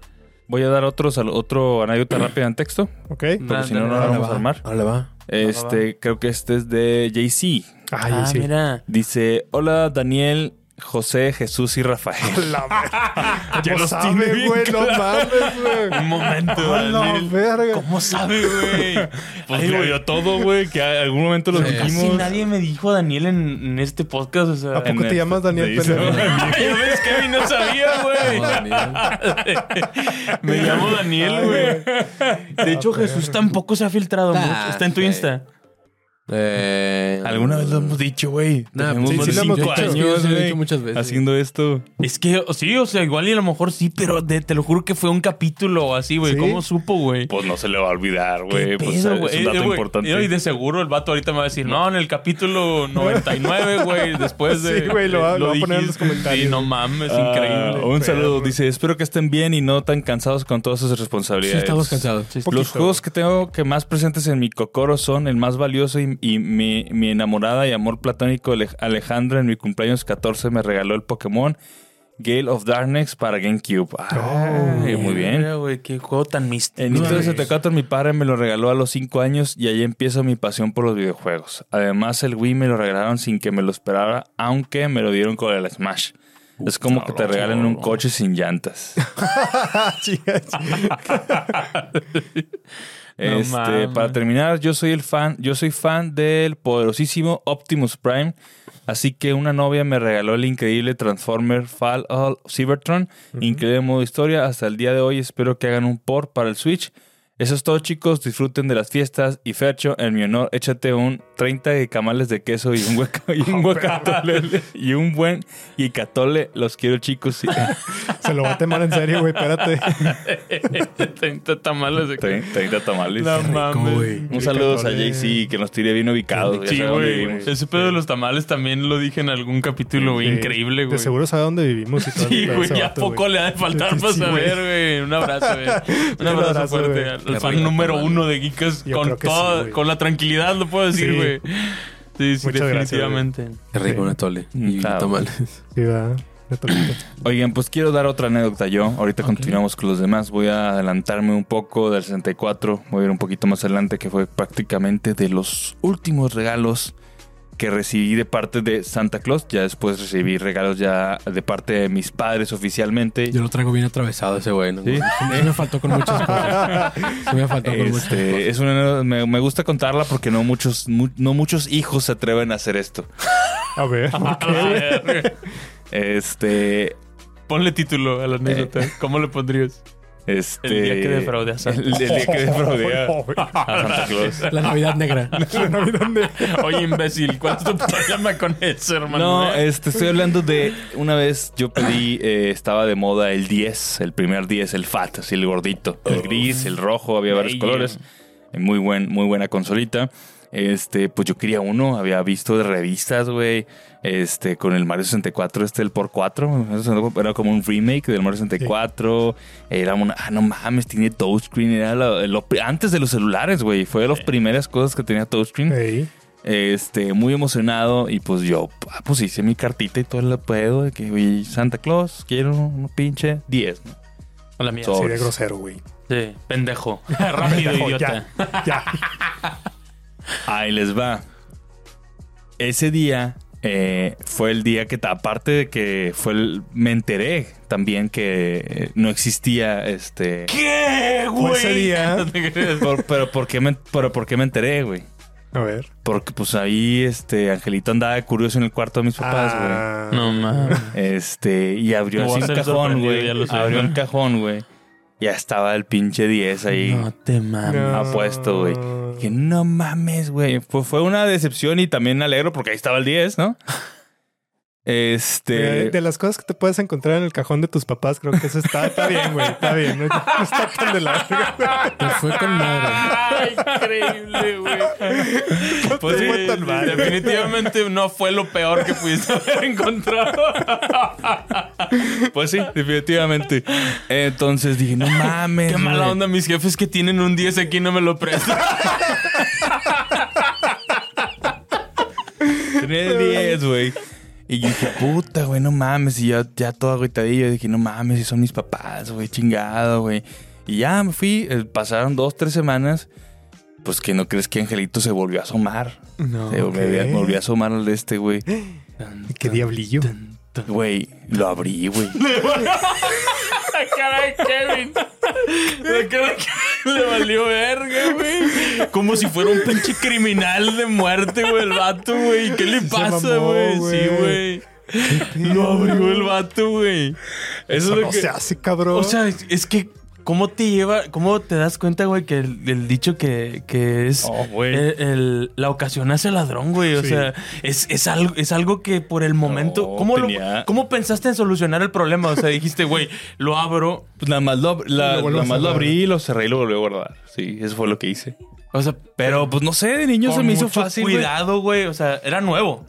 F: Voy a dar otro, sal- otro anécdota rápida en texto,
B: ¿Ok?
F: porque si no, no la
D: Ahora
F: vamos
D: va,
F: a armar.
D: ahora va.
F: Este, creo que este es de JC.
B: Ay,
C: Ah,
B: sí.
C: mira.
F: Dice: Hola, Daniel, José, Jesús y Rafael.
B: La ver-
F: Ya
B: ¿Cómo
F: los
B: sabe,
F: tiene bien
B: güey? No mames, güey.
C: Un momento,
B: A la
C: Daniel.
B: verga.
C: ¿Cómo sabe, güey?
F: Pues
C: Ay,
F: le
C: güey.
F: dio todo, güey, que en algún momento lo
D: Sí.
C: Casi
F: dijimos.
C: nadie me dijo Daniel en, en este podcast. O sea,
B: ¿A poco
F: En
B: te llamas Daniel
F: Sí, sí.
B: Pendejo?
C: Yo ves Kevin no sabía, güey.
D: Vamos, Daniel.
C: Me llamo Daniel, güey. De hecho, Jesús tampoco se ha filtrado
F: Ah,
D: Nah,
C: mucho. Está en tu
D: güey.
C: Insta.
D: Eh,
F: Alguna vez lo hemos dicho, güey.
D: Nah,
F: Tenemos
D: sí,
F: más
D: sí
F: de
D: lo hemos
F: cinco
D: dicho.
F: años,
D: Sí, lo he
F: güey,
D: dicho muchas veces.
F: Haciendo esto.
C: Es que o- sí, o sea, igual y a lo mejor sí, pero de- te lo juro que fue un capítulo o así, güey.
B: ¿Sí?
C: ¿Cómo supo, güey?
F: Pues no se le va a olvidar, güey.
C: ¿Qué
F: Pues
C: pedo,
F: es
C: güey?
F: un
C: Eh,
F: dato
C: güey,
F: importante.
C: Y de seguro el vato ahorita me va a decir, no, en el capítulo 99, güey, después de...
B: Sí, güey, lo va- lo va a poner en los
C: dijiste".
B: comentarios.
C: Sí, no mames,
F: Ah,
C: increíble.
F: un saludo. Dice, espero que estén bien y no tan cansados con todas sus
D: Sí,
F: responsabilidades.
D: estamos cansados.
F: Los juegos que tengo que más presentes en mi cocoro son el más valioso y, y mi, mi enamorada y amor platónico Alej- Alejandra en mi cumpleaños 14 me regaló el Pokémon Gale of Darkness para GameCube. Ay, muy bien.
C: Mira, güey, qué juego tan
F: En
C: místico.
F: Nintendo 64 mi padre me lo regaló a los 5 años y ahí empieza mi pasión por los videojuegos. Además el Wii me lo regalaron sin que me lo esperara, aunque me lo dieron con el Smash. Es como que te regalen un coche sin llantas.
B: Chinga, chinga.
F: Este,
C: mames.
F: para terminar, yo soy el fan, yo soy fan del poderosísimo Optimus Prime. Así que una novia me regaló el increíble Transformer Fallout Cybertron, increíble modo historia. Hasta el día de hoy espero que hagan un port para el Switch. Eso es todo, chicos. Disfruten de las fiestas. Y Fercho, en mi honor, échate un 30 de camales de queso y un hueco y
C: Oh,
F: un guacatole y un buen y catole. Los quiero, chicos. Sí.
B: Se lo va a temar en serio, güey. Espérate.
C: 30 tamales de
F: 30, 30 tamales.
C: No mames.
F: Un saludo a
B: Catole.
F: Jay-Z que nos tire bien ubicados. ya
C: Sí,
F: sabe dónde
C: güey.
F: vivimos.
C: Ese pedo de los tamales también lo dije en algún capítulo, güey. Increíble, güey.
B: De seguro sabe dónde vivimos y todo.
C: Sí,
B: el pedo
C: güey.
B: ese
C: Ya
B: vato,
C: poco
B: güey.
C: le ha de faltar para
B: Sí, güey.
C: saber, güey. Un abrazo, güey. Un
B: Un
C: abrazo,
B: abrazo,
C: fuerte.
B: güey.
C: El fan número uno de Geekas
B: Yo
C: con
B: creo que sí,
C: toda,
B: güey.
C: con la tranquilidad, lo puedo decir,
B: Sí.
C: güey. Sí, sí,
B: Muchas gracias,
C: definitivamente.
D: Qué rico un atole y
F: Mm, Claro.
D: tamales.
B: Sí, va. Neta, neta.
F: Oigan, pues quiero dar otra anécdota yo. Ahorita continuamos con los demás. Voy a adelantarme un poco del 64. Voy a ir un poquito más adelante, que fue prácticamente de los últimos regalos que recibí de parte de Santa Claus. Ya después recibí regalos ya de parte de mis padres oficialmente.
D: Yo lo traigo bien atravesado ese güey. ¿no?
F: Sí.
D: Sí me faltó con muchas cosas. Sí me faltó con muchas
F: Este,
D: cosas.
F: es una, me, me gusta contarla porque no muchos, mu- no muchos hijos se atreven a hacer esto.
B: A ver.
C: A la verga.
F: Este,
C: Ponle título a la anécdota.
F: Eh.
C: ¿Cómo le pondrías?
F: este,
C: El día que defraude a Santa.
F: El, el día que defraudé a-
B: La
F: a Santa Claus.
D: La Navidad negra.
B: Navidad de-
C: Oye, imbécil, ¿cuál es tu problema con eso, hermano? Eh.
F: No, este, estoy hablando de una vez yo pedí, eh, estaba de moda el 10, el primer 10, el fat, así el gordito, el gris, el rojo, había varios
C: Yeah.
F: colores, Eh, muy buen, muy buena consolita. Este, pues yo quería uno, había visto de revistas, güey, este, con el Mario 64, este, el por 4, era como un remake del Mario 64, era una, ah, no mames, tiene touchscreen, era lo- lo- antes de los celulares, güey, fue de las primeras cosas que tenía touchscreen.
B: Ey.
F: Este, muy emocionado. Y pues yo, ah, pues hice mi cartita y todo el pedo. De que, oye, Santa Claus, quiero un pinche 10. ¿no?
C: Hola, mía.
F: So-
B: Sí, de
F: Pobres.
B: grosero, güey.
C: Sí, pendejo. Rápido,
B: Pendejo,
C: idiota.
B: ya. Ya.
F: Ahí les va. Ese día eh, fue el día que, ta- aparte de que fue el- me enteré también que eh, no existía este.
C: ¿Qué, güey?
B: ese día-
C: No te creas.
F: Por- pero, ¿por qué me, pero, ¿por qué me enteré, güey?
B: A ver.
F: Porque pues ahí, este, Angelito andaba de curioso en el cuarto de mis papás, güey.
B: Ah,
C: No mames.
F: Este, y abrió
C: Me voy
F: así
C: a
F: un
C: hacer
F: cajón,
C: sorprendido,
F: güey.
C: ya lo sé.
F: Abrió un cajón, güey. Ya estaba el pinche 10 ahí
C: No te mames.
F: apuesto, güey. Que no mames, güey. Fue, fue una decepción y también me alegro porque ahí estaba el 10, ¿no?
B: De,
F: Este.
B: de las cosas que te puedes encontrar en el cajón de tus papás, creo que eso está, está bien, güey. Está bien. No, no está tan de la verga.
D: Te fue con madre.
C: Ay, increíble, güey.
B: Pues
C: Pues
B: fue
C: sí,
B: tan mal.
C: definitivamente no fue lo peor que pudiste haber encontrado.
F: Pues sí, definitivamente. Entonces dije, no mames.
C: Qué mala
F: güey.
C: onda mis jefes que tienen un 10 aquí y no me lo prestan.
F: Tenía el 10, güey. Y yo dije, puta, güey, no mames. Y ya, ya todo agotadillo. Dije, no mames, si son mis papás, güey, chingado, güey. Y ya me fui. eh, Pasaron dos, tres semanas. Pues que no crees que Angelito se volvió a asomar.
B: No.
F: se volvió,
B: ok.
F: volvió a asomar al de este, güey.
B: Qué diablillo.
F: Güey, lo abrí, güey.
C: La cara de Kevin. La cara de Kevin le valió verga, güey. Como si fuera un pinche criminal de muerte, güey, el vato, güey. ¿Qué le
B: se
C: pasa,
B: mamó,
C: güey? Sí,
B: güey.
C: güey. Lo abrió el vato, güey. Eso es lo
B: No
C: que.
B: se hace, cabrón.
C: O sea, es es que, ¿cómo te lleva, cómo te das cuenta, güey, que el, el dicho que, que es
F: Oh, güey.
C: el- el- la ocasión hace al ladrón, güey? O
B: Sí.
C: sea, es, es, algo, es algo que por el momento.
F: No,
C: ¿cómo, lo-
F: tenía-
C: ¿Cómo pensaste en solucionar el problema? O sea, dijiste, güey, lo abro.
F: Pues nada más lo, la-
B: Lo vuelvo
F: nada
B: a
F: más lo
B: cerrar.
F: abrí, lo cerré y lo volví a guardar. Sí, eso fue lo que hice.
C: O sea,
F: Pero pues no sé, de niño se
C: con
F: me hizo
C: mucho
F: fácil. güey.
C: Cuidado, güey. O sea, era nuevo.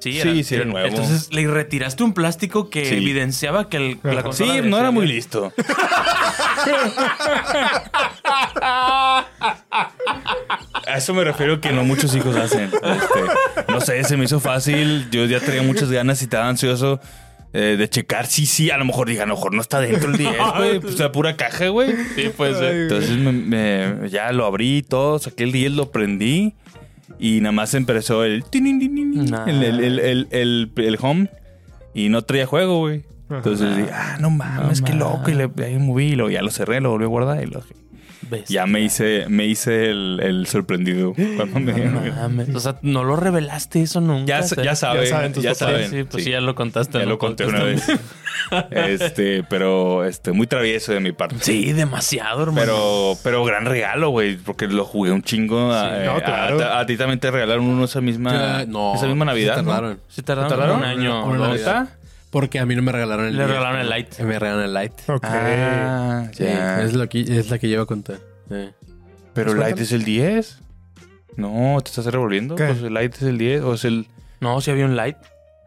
C: Sí,
F: Sí, sí, era nuevo.
C: Entonces le retiraste un plástico que
F: Sí.
C: evidenciaba que el- la
B: Ajá.
F: Sí,
C: consola
F: no era
C: decía-
F: muy listo. A eso me refiero que no muchos hijos hacen. Este, no sé, se me hizo fácil. Yo ya tenía muchas ganas y estaba ansioso eh, de checar. Sí, sí, a lo mejor dije, a lo mejor no está dentro el 10, güey. Pues la pura caja, güey.
C: Sí, puede ser.
F: pues, Entonces me- me- ya lo abrí y todo, saqué el 10, lo prendí y nada más empezó el, tinin, tinin, tinin,
C: Nah.
F: el, el, el, el, el- el home y no traía juego, güey. Entonces dije, ah, no mames, qué loco. Y le, ahí moví y lo, ya lo cerré, lo volví a guardar y lo
C: Bestia.
F: Ya me hice, me hice el, el sorprendido. Cuando me
C: No
F: dijeron que-
C: mames. O sea, no lo revelaste eso nunca.
F: ya,
C: O sea,
F: sa- ya saben, ya
B: saben
F: saben.
B: tus
F: Ya,
B: papás.
C: Sí, pues sí,
F: sí.
C: ya lo contaste.
F: Ya
C: en un
F: lo conté
C: podcast
F: una vez.
C: también.
F: Este, pero este, muy travieso de mi parte.
C: Sí, demasiado, hermano.
F: Pero, pero gran regalo, güey, porque lo jugué un chingo. a,
B: no,
F: eh, a-
B: claro.
F: a- a ti también te regalaron uno esa misma,
D: Ya, no,
F: esa misma Navidad.
D: se
F: ¿no?
D: tardaron.
C: Se tardaron,
F: ¿Te tardaron?
C: un año.
D: Una
C: ¿no?
D: Navidad. Porque a mí no me regalaron el
C: Le
D: día.
C: regalaron el light.
D: Me regalaron el light.
B: Ok.
F: Ah,
D: Sí,
F: ya.
D: es, lo que, es la que llevo a contar. Sí.
F: Pero
B: ¿Pues
F: Light
B: cuánto?
F: es el 10. No, te estás revolviendo.
B: ¿Qué?
F: Pues el Light es el 10. O es el.
C: No, sí había un light.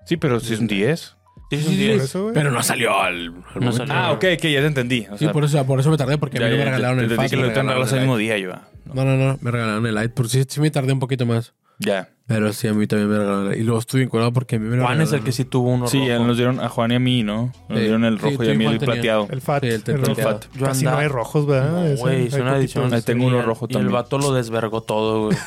F: Sí, pero sí es un 10.
C: Sí, sí, sí.
B: Por eso, güey.
D: Pero no salió al, al
C: No
D: momento.
C: salió.
F: Ah, ok, ok, ya te entendí. O
D: Sí,
F: sea,
D: por eso, por eso me tardé, porque
F: ya,
D: a mí no
F: ya,
D: me regalaron
F: te-
D: el
F: te
D: fax.
F: entendí que
D: me
F: lo iban a
D: regalaron
F: regalar
D: el
F: el mismo
D: light.
F: día, yo. ah.
D: No, no, no, me regalaron el light. Por si sí, sí me tardé un poquito más.
F: Ya.
D: Pero sí, a mí también me regalaron el light. Y luego estuve encuadrado porque a mí me lo
C: Juan es el
D: regalaron.
C: que sí tuvo uno
F: Sí,
C: rojo.
F: ya nos dieron a Juan y a mí, ¿no? Nos
D: Sí.
F: dieron el
D: Sí,
F: rojo
D: tú
F: y a mí
D: igual
F: el
D: tenías.
F: plateado.
B: El fat.
D: Sí, el
B: el rojo.
D: plateado.
C: Yo
B: Casi
C: andaba-
B: no hay rojos, ¿verdad?
C: No,
B: Ah, Ese,
C: güey, es
B: hay
C: una
B: poquitos.
C: edición.
F: Ahí tengo uno
C: especial.
F: rojo
C: Y
F: también.
C: el vato lo desvergó todo, güey.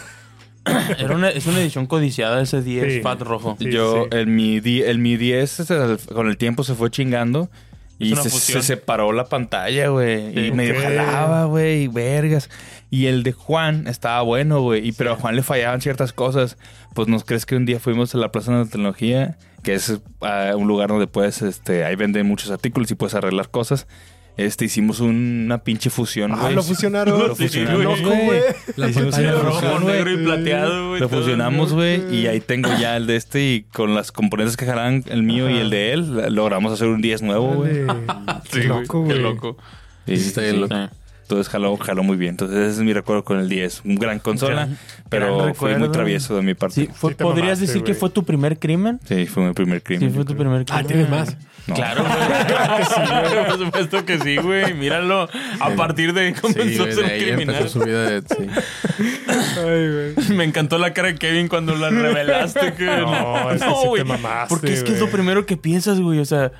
C: Era una, es una edición codiciada ese 10
B: Sí.
C: Fat Rojo.
B: Sí,
F: Yo,
B: sí.
F: El, mi, di- el mi 10 este, con el tiempo se fue chingando y
C: una
F: se,
C: fusión.
F: se separó la pantalla, güey.
C: Sí.
F: y medio
B: Ok.
F: jalaba, güey, y vergas. Y el de Juan estaba bueno, güey. Y pero a Juan le fallaban ciertas cosas. Pues nos crees que un día fuimos a la Plaza de la Tecnología, que es ah, un lugar donde puedes, este, ahí venden muchos artículos y puedes arreglar cosas. Este, hicimos un- una pinche fusión,
B: Ah,
F: güey.
B: lo fusionaron.
F: Lo fusionaron,
B: Loco,
F: güey.
B: güey.
D: La
F: Hicimos
D: pantalla
F: una
D: roja.
F: fusión, güey.
C: todo.
F: Lo fusionamos, güey, y ahí tengo ya el de este y con las componentes que jalan el mío y el de él, la- logramos hacer un 10 nuevo, güey.
B: Dale.
F: Sí,
B: Qué
F: güey,
B: loco, güey.
F: Sí,
D: Sí, está bien
F: sí.
D: loco.
F: Entonces jaló, jaló muy bien. Entonces ese es mi recuerdo con el 10. Un gran consola,
C: Gran-
F: pero
C: gran
F: fue muy
C: recuerdo.
F: travieso de mi parte.
C: Sí,
F: Sí,
C: fue-
B: Sí te
C: ¿Podrías
B: mamaste,
C: decir que
B: güey.
C: fue tu primer crimen?
F: fue mi primer crimen.
C: Sí, fue tu primer
D: Ah,
C: crimen.
D: ¿tienes más?
F: No.
C: Claro, güey. Claro que sí, güey. Por supuesto que sí, güey. Míralo. A partir de ahí
D: Sí,
C: comenzó a ser
D: güey, de
C: un
D: ahí empezó
C: criminal.
D: su vida de... Sí.
C: Me encantó la cara de Kevin cuando la revelaste. Que...
B: No, es que sí te
C: güey.
B: mamaste,
C: Porque es que es lo
B: güey.
C: primero que piensas, güey. O sea,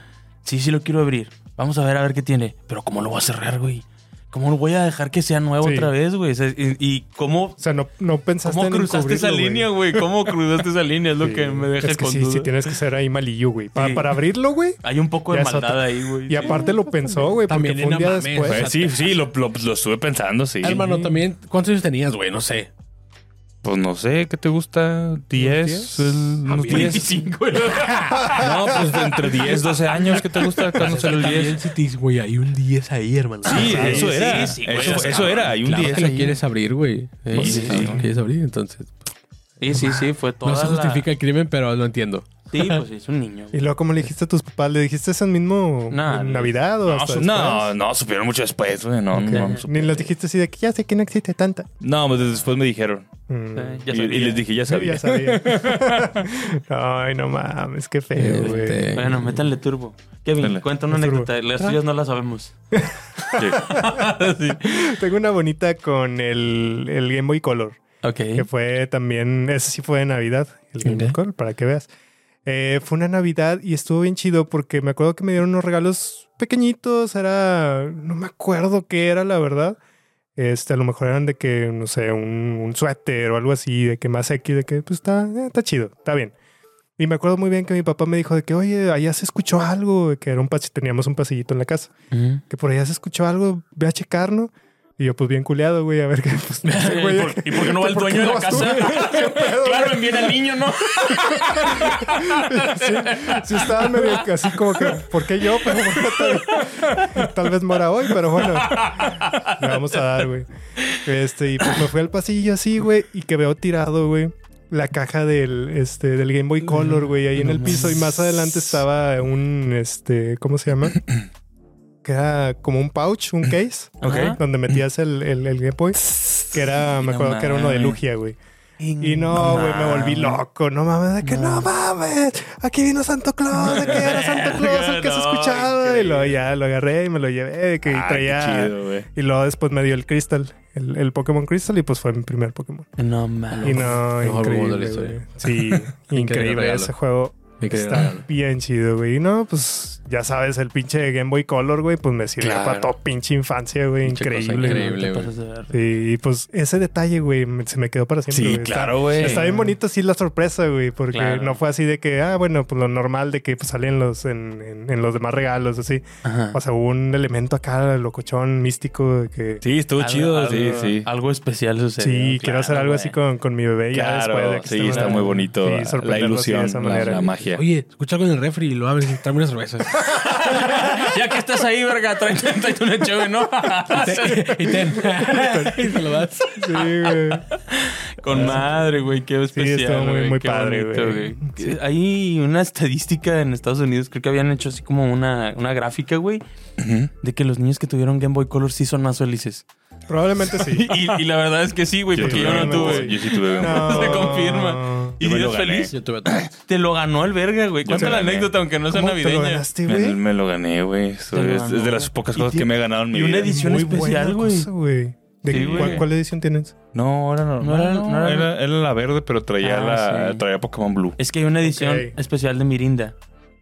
C: sí, sí lo quiero abrir. Vamos a ver a ver qué tiene. Pero ¿cómo lo voy a cerrar, güey? ¿Cómo lo voy a dejar que sea nuevo
B: Sí.
C: otra vez, güey? O sea, y, y cómo,
B: O sea, no, no pensaste
C: cómo
B: en
C: cruzaste esa
B: encubrirlo, güey.
C: línea, güey? ¿Cómo cruzaste esa línea? Es lo
B: Sí.
C: que me deja
B: Es que
C: con
B: sí,
C: duda.
B: sí tienes que ser ahí malillo, güey. Pa-
C: Sí.
B: Para abrirlo, güey.
C: Hay un poco de
B: Ya es
C: maldad
B: otra.
C: ahí, güey.
B: Y
C: Sí.
B: aparte lo pensó, güey, porque
D: También,
B: fue un
D: no
B: día
D: mames,
F: Pues,
B: después.
F: sí, sí, lo, lo- lo estuve pensando, sí.
D: Hermano, también, ¿cuántos años tenías, güey? No sé.
F: Pues no sé, ¿qué te gusta? ¿10? el-
C: Ah,
F: Unos 10.
C: 25
F: No, pues de entre 10, 12 años, ¿qué te gusta? Cuando salió el 10.
D: si te dices, güey, hay un 10 ahí, hermano.
F: Sí, eso
C: sí,
F: era.
C: sí, güey,
F: Eso
C: estás
F: eso era. Hay un
D: Claro
F: 10.
D: que lo
F: ahí.
D: quieres abrir, güey. Eh,
F: Sí, sí,
D: claro
F: sí.
D: que lo quieres abrir, entonces.
C: Sí, sí, sí, fue todo.
D: no se justifica el crimen, pero lo entiendo.
C: Sí, pues es un niño.
B: Y luego, ¿cómo le dijiste a tus papás? ¿Le dijiste eso mismo
C: Nah,
B: en
C: no.
B: Navidad o hasta
F: No,
B: después?
F: no, no, supieron mucho después, güey. No, no, no,
B: Ni les dijiste así de que ya sé que no existe tanta.
F: No, pues después me dijeron.
B: Mm.
C: Ya
F: y,
C: sabía.
F: y les dije, ya
B: Sí,
F: sabía.
B: Ya sabía. Ay, no mames, qué feo, güey.
D: Este,
C: Bueno, métanle turbo. Kevin,
F: Dale.
C: cuenta una
B: Turbo.
C: anécdota. Las tuyas no las sabemos.
F: Sí.
C: Sí.
B: Tengo una bonita con el, el Game Boy Color,
C: Ok.
B: que fue también, ese sí fue de Navidad, el Game Boy
D: Ok.
B: Color, para que veas. Eh, fue una Navidad y estuvo bien chido porque me acuerdo que me dieron unos regalos pequeñitos, era, no me acuerdo qué era, la verdad. Este, a lo mejor eran de que, no sé, un, un suéter o algo así, de que más X, de que pues está, eh, está chido, está bien. Y me acuerdo muy bien que mi papá me dijo de que, oye, allá se escuchó algo, de que era un pas- teníamos un pasillito en la casa
C: Ujú.
B: que por allá se escuchó algo, ve a checar, ¿no? Y yo, pues bien culeado, güey, a ver qué. Pues, no sé, güey,
C: ¿Y, por, y por qué no va el
B: ¿Por qué
C: dueño de
B: no
C: la
B: vas tú,
C: casa? claro, envíen al niño, ¿no?
B: sí, sí estaba medio que así como que, ¿por qué yo? Pero bueno, tal, tal vez mora hoy, pero bueno, le vamos a dar, güey. Este, y pues me fui al pasillo así, güey, y que veo tirado, güey, la caja del, este, del Game Boy Color, güey, ahí en el piso. Y más adelante estaba un, este, ¿cómo se llama? Que era como un pouch, un case,
C: Ok.
B: donde metías el, el, el Game Boy, que era, me
F: No
B: acuerdo que era uno de
F: mames.
B: Lugia, güey. Y no, güey, me volví loco. No mames, de que no mames. Aquí vino Santo Claus, de que era Santo Claus el que se
C: No,
B: escuchaba. Y luego ya lo agarré y me lo llevé, de que
F: Ah, qué
B: traía.
F: chido, güey.
B: Y luego después me dio el Crystal, el, el Pokémon Crystal, y pues fue mi primer Pokémon.
C: No, mames.
B: Y no,
D: Ah, mejor juego de la
B: increíble.
D: historia.
B: güey. Sí,
D: Increíble
B: increíble.
D: regalo.
B: Ese juego
D: me quedé-
B: está bien chido, güey. Y no, pues ya sabes, el pinche Game Boy Color, güey, pues me sirvió
D: Claro.
B: para toda pinche infancia, güey.
D: Pinche cosa
B: Increíble. güey.
D: increíble, güey.
B: Sí, y pues ese detalle, güey, me- se me quedó para siempre.
F: Sí,
B: Está-
F: claro, güey.
B: Está bien bonito, sí, la sorpresa, güey, porque
C: Claro.
B: no fue así de que, ah, bueno, pues lo normal de que pues, salen los, en, en- en los demás regalos, así.
C: Ajá.
B: O sea, hubo un elemento acá, locochón, místico, de que sí,
F: Sí, estuvo
C: Algo-
F: chido, sí,
C: algo-
F: sí.
C: Algo especial sucedió.
B: quiero
C: claro,
B: hacer algo
C: güey.
B: así con, con mi bebé ya después de
F: Claro,
B: que
F: sí,
B: estemos-
F: está muy bonito.
B: sí,
F: la
B: sorprenderlo así
F: ilusión,
B: de esa
F: la-
B: manera.
F: la, magia.
D: Oye, escucha algo en el refri y lo abres y tráeme una cerveza.
C: Ya que estás ahí, verga, tráete, tráete una chave, ¿no?
D: y ten. y te lo das.
B: Sí, güey.
C: Con madre, güey, qué especial.
B: estuvo muy-
C: güey,
B: muy
C: qué
B: padre,
C: bonito,
B: güey. Sí.
C: Hay una estadística en Estados Unidos, creo que habían hecho así como una, una gráfica, güey, de que los niños que tuvieron Game Boy Color sí son más felices.
B: Probablemente sí.
C: Y, y la verdad es que sí, güey,
F: Yo
C: porque
F: tuve
C: yo no
F: un-
C: tuve.
F: Yo sí tuve un-
B: No.
C: Se confirma. Y
F: Yo me lo
C: Dios
F: gané.
C: feliz.
D: Yo tuve todo.
C: Te lo ganó el verga, güey.
F: Yo
C: Cuenta
F: me
C: la
F: gané.
C: anécdota, aunque no sea
B: ¿Cómo te lo
C: navideña.
B: ganaste,
F: Me,
B: güey?
F: me lo gané, güey. Eso
C: Te lo
F: Es, es de
C: ganó.
F: las pocas
C: Y
F: cosas que
C: tiene-
F: me ganaron en mi
C: y una
F: vida.
C: edición
B: Muy buena
C: especial, güey.
B: cosa, güey. ¿De
C: Sí,
B: qué-
C: güey.
B: ¿cuál, cuál edición tienes?
F: No, era normal.
C: era-
F: No,
C: no era-
F: era, era la verde, pero traía,
C: Ah,
F: la,
C: sí.
F: traía Pokémon Blue.
C: Es que hay una edición
B: Ok. Ah,
C: especial de Mirinda.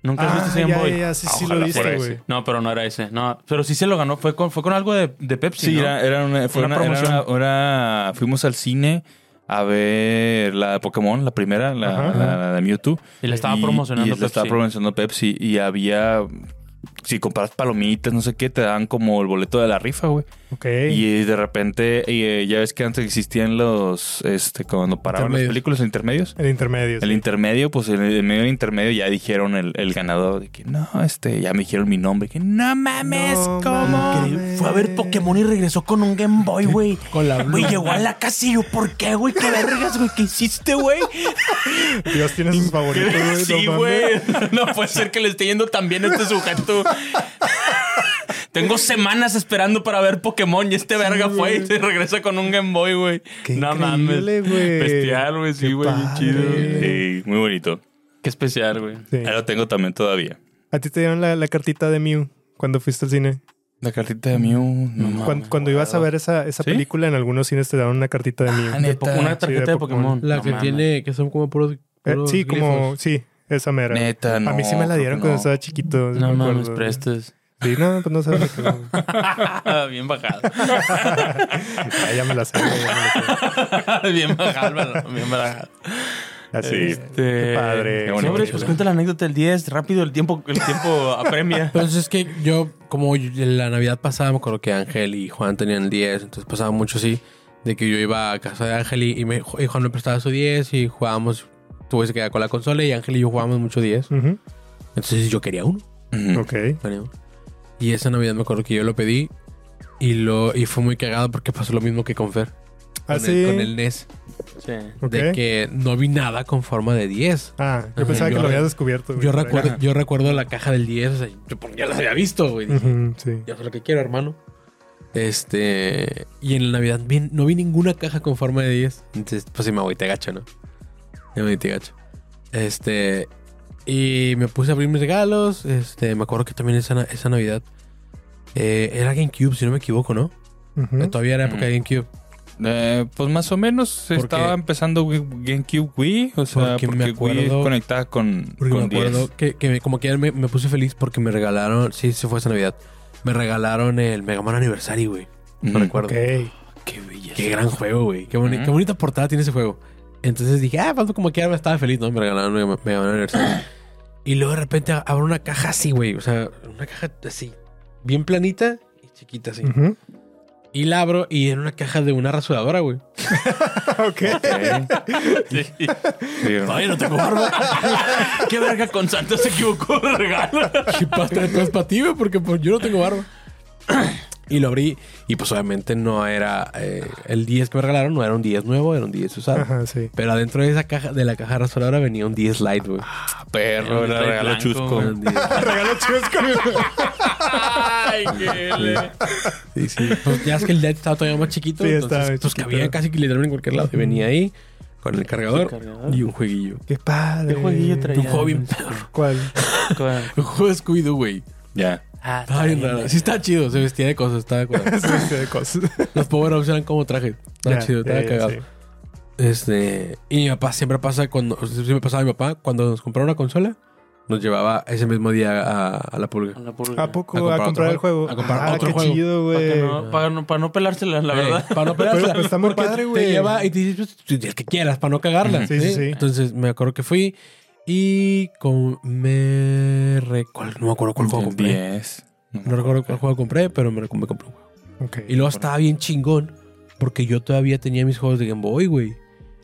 C: ¿Nunca has visto ese Game
B: ya,
C: Boy?
B: ya, ya, sí, sí
F: Ah, Ojalá
B: lo viste,
F: fuera
B: güey.
C: No, pero no era ese. No, pero sí se lo ganó. Fue con, fue con algo de, de Pepsi.
F: Sí,
C: ¿no?
F: era, era una, fue
C: Una
F: una, era
C: promoción.
F: una- era- fuimos al cine a ver la de Pokémon, la primera, la,
B: Ajá.
F: la- la de Mewtwo.
C: Y la estaba promocionando
F: y la estaba
C: Pepsi.
F: promocionando Pepsi. Y había, si compras palomitas, no sé qué, te dan como el boleto de la rifa, güey.
B: Ok.
F: Y de repente, y, eh, ya ves que antes existían los, este, cuando paraban las
D: Intermedios.
F: películas intermedios.
B: El intermedio. sí.
F: El intermedio, pues en el en medio del intermedio ya dijeron el, el ganador de que no, este, ya me dijeron mi nombre, que no mames,
B: No
F: ¿cómo?
B: mames.
C: Fue a ver Pokémon y regresó con un Game Boy, güey.
D: Con la
C: Güey, llegó a la casa y yo, ¿por qué, güey? ¿Qué vergas, güey? ¿Qué hiciste, güey?
B: Dios tiene sus favoritos, güey. no
C: Sí,
B: mames.
C: güey. No puede ser que le esté yendo tan bien a este sujeto. Tengo semanas esperando para ver Pokémon y este verga fue y se regresa con un Game Boy, güey.
B: Qué
C: No
B: increíble,
C: mames.
B: güey.
C: Bestial, güey. Sí,
B: Qué
C: güey. bien
B: padre.
C: Chido.
F: Sí, muy bonito.
C: Qué especial, güey.
B: Sí.
F: Ahí lo tengo también todavía.
B: A ti te dieron la, la cartita de Mew cuando fuiste al cine.
F: La cartita de Mew, no
B: Cuan-
F: mames.
B: cuando ibas a ver esa, esa
F: ¿Sí?
B: película, en algunos cines te daban una cartita de Mew.
F: Ah, neta.
C: De po- una tarjeta
B: Sí, de
C: de
B: Pokémon.
C: Pokémon.
D: La
C: No
D: que
C: mames.
D: tiene, que son como puros.
B: Eh,
D: puros
B: sí, como,
D: glifos.
B: sí, esa mera.
F: Neta, no.
B: a mí sí me la
F: creo
B: dieron
F: que
B: cuando
F: no.
B: estaba chiquito. sí
C: No
B: me
C: mames,
B: acuerdo.
C: prestes.
B: Sí, no, pues no sabes de qué, güey.
C: Bien bajado.
B: Ah, ya me la sé. güey, ya me la sé.
C: bien bajado, Álvaro, bien bajado. Este,
B: Así.
C: Qué
B: padre.
F: Este, Qué bonito.
C: Sobre, pues cuenta la anécdota del 10. Rápido, el tiempo, el tiempo apremia.
D: Entonces es que yo, como yo- la Navidad pasada, me acuerdo que Ángel y Juan tenían 10, entonces pasaba mucho así, de que yo iba a casa de Ángel y, y me, y Juan me prestaba su 10 y jugábamos, tuve que quedar con la consola y Ángel y yo jugábamos mucho 10.
B: Ujú.
D: Entonces yo quería uno.
F: Ujú.
B: Ok.
D: tenía uno. Y esa Navidad me acuerdo que yo lo pedí y, lo, y fue muy cagado porque pasó lo mismo que con Fer. Con,
B: Así.
D: el, con el NES.
C: Sí.
D: De que no vi nada con forma de 10.
B: Ah, yo
D: Ajá.
B: pensaba que
D: Yo-
B: lo habías descubierto. güey,
D: Yo
B: por ahí.
D: recuerdo, yo recuerdo la caja del 10, o sea, yo por- ya las había visto, güey. Dije,
B: Ujú, sí.
D: Ya sé lo que quiero, hermano. Este. Y en la Navidad vi- no vi ninguna caja con forma de 10. Entonces, pues sí me agüité gacho, ¿no? Me agüité gacho. Este. Y me puse a abrir mis regalos. Este, me acuerdo que también esa, na- esa Navidad. eh, era GameCube, si no me equivoco, ¿no? Eh,
B: Ujú.
D: Todavía era época de
B: Mm.
D: GameCube.
F: Eh, pues más o menos se
D: Porque-
F: estaba empezando Wii- GameCube Wii, o sea,
D: Porque
F: porque,
D: me
F: Wii
D: acuerdo-
F: conectaba con,
D: Porque
F: con
D: me acuerdo
F: 10.
D: que, que me- como que me, me puse feliz porque me regalaron. Sí, se fue esa Navidad. Me regalaron el Mega Man Anniversary, güey. No
F: Ujú.
D: recuerdo.
B: Ok.
D: Qué Qué gran juego, güey. Qué, boni-
F: Ujú.
D: qué bonita portada tiene ese juego. Entonces dije, ah, pues como que me estaba feliz, ¿no? Me regalaron Mega Man- Mega Man Anniversary. y luego de repente abro una caja así, güey. O sea, una caja así, bien planita y chiquita así.
B: Ujú.
D: Y la abro y era una caja de una rasuradora, güey.
B: Ok.
F: Sí,
C: Ay, no te guardo. Qué verga con Santos se equivocó de regalo.
D: Y para para ti, güey, porque pues, yo no tengo barba. Y lo abrí y pues obviamente no era... eh, el 10 que me regalaron no era un 10 nuevo, era un 10 usado.
B: Ajá, sí.
D: Pero adentro de esa caja, de la caja rasuradora venía un 10 light, güey.
F: perro, era
C: Estoy
F: regalo
C: blanco,
F: chusco.
C: güey.
D: Era un 10 Lite.
B: Regalo chusco.
C: Ay, qué le...
D: Sí, sí. Pues ya es que el LED estaba todavía más chiquito.
B: Sí,
D: entonces,
B: estaba
D: pues
B: chiquito.
D: cabía casi que literalmente en cualquier lado. Y venía ahí con el cargador,
C: cargador.
D: y un jueguillo.
B: Qué padre.
C: ¿Qué jueguillo traía? Este,
D: Un juego bien perro.
B: ¿Cuál?
D: Un juego de Scooby-Doo, güey.
F: Ya.
C: Ah,
D: Estaba bien raro. Sí, estaba chido. Se vestía de cosas. Estaba curado.
B: Sí, sí, de cosas.
D: Los power-ups eran como traje. Estaba
B: Ya,
D: chido.
B: ya,
D: Estaba
B: ya,
D: cagado.
B: sí.
D: Este. Y mi papá siempre pasa cuando. Siempre pasaba a mi papá cuando nos compraba una consola. nos llevaba ese mismo día a, a la pulga.
C: La pulga.
B: ¿A poco?
D: A
B: A
D: comprar
B: comprar,
D: otro
B: el
D: juego.
B: juego.
D: A comprar
B: ah,
D: otro
B: qué
D: juego.
B: chido,
C: Para que
B: güey.
C: no- para, no, para no pelársela, la verdad.
D: Eh, Para no pelarla.
B: Pero, pero está muy
D: Porque
B: padre,
D: Te
B: güey.
D: lleva y te dices pues, el que quieras para no cagarla.
B: Sí, sí, sí.
D: Entonces me acuerdo que fui y con me re- ¿cuál? no me acuerdo cuál juego compré.
F: 10.
D: No recuerdo cuál juego compré, pero me, me compré un juego.
B: Ok.
D: Y luego estaba bien chingón porque yo todavía tenía mis juegos de Game Boy, güey.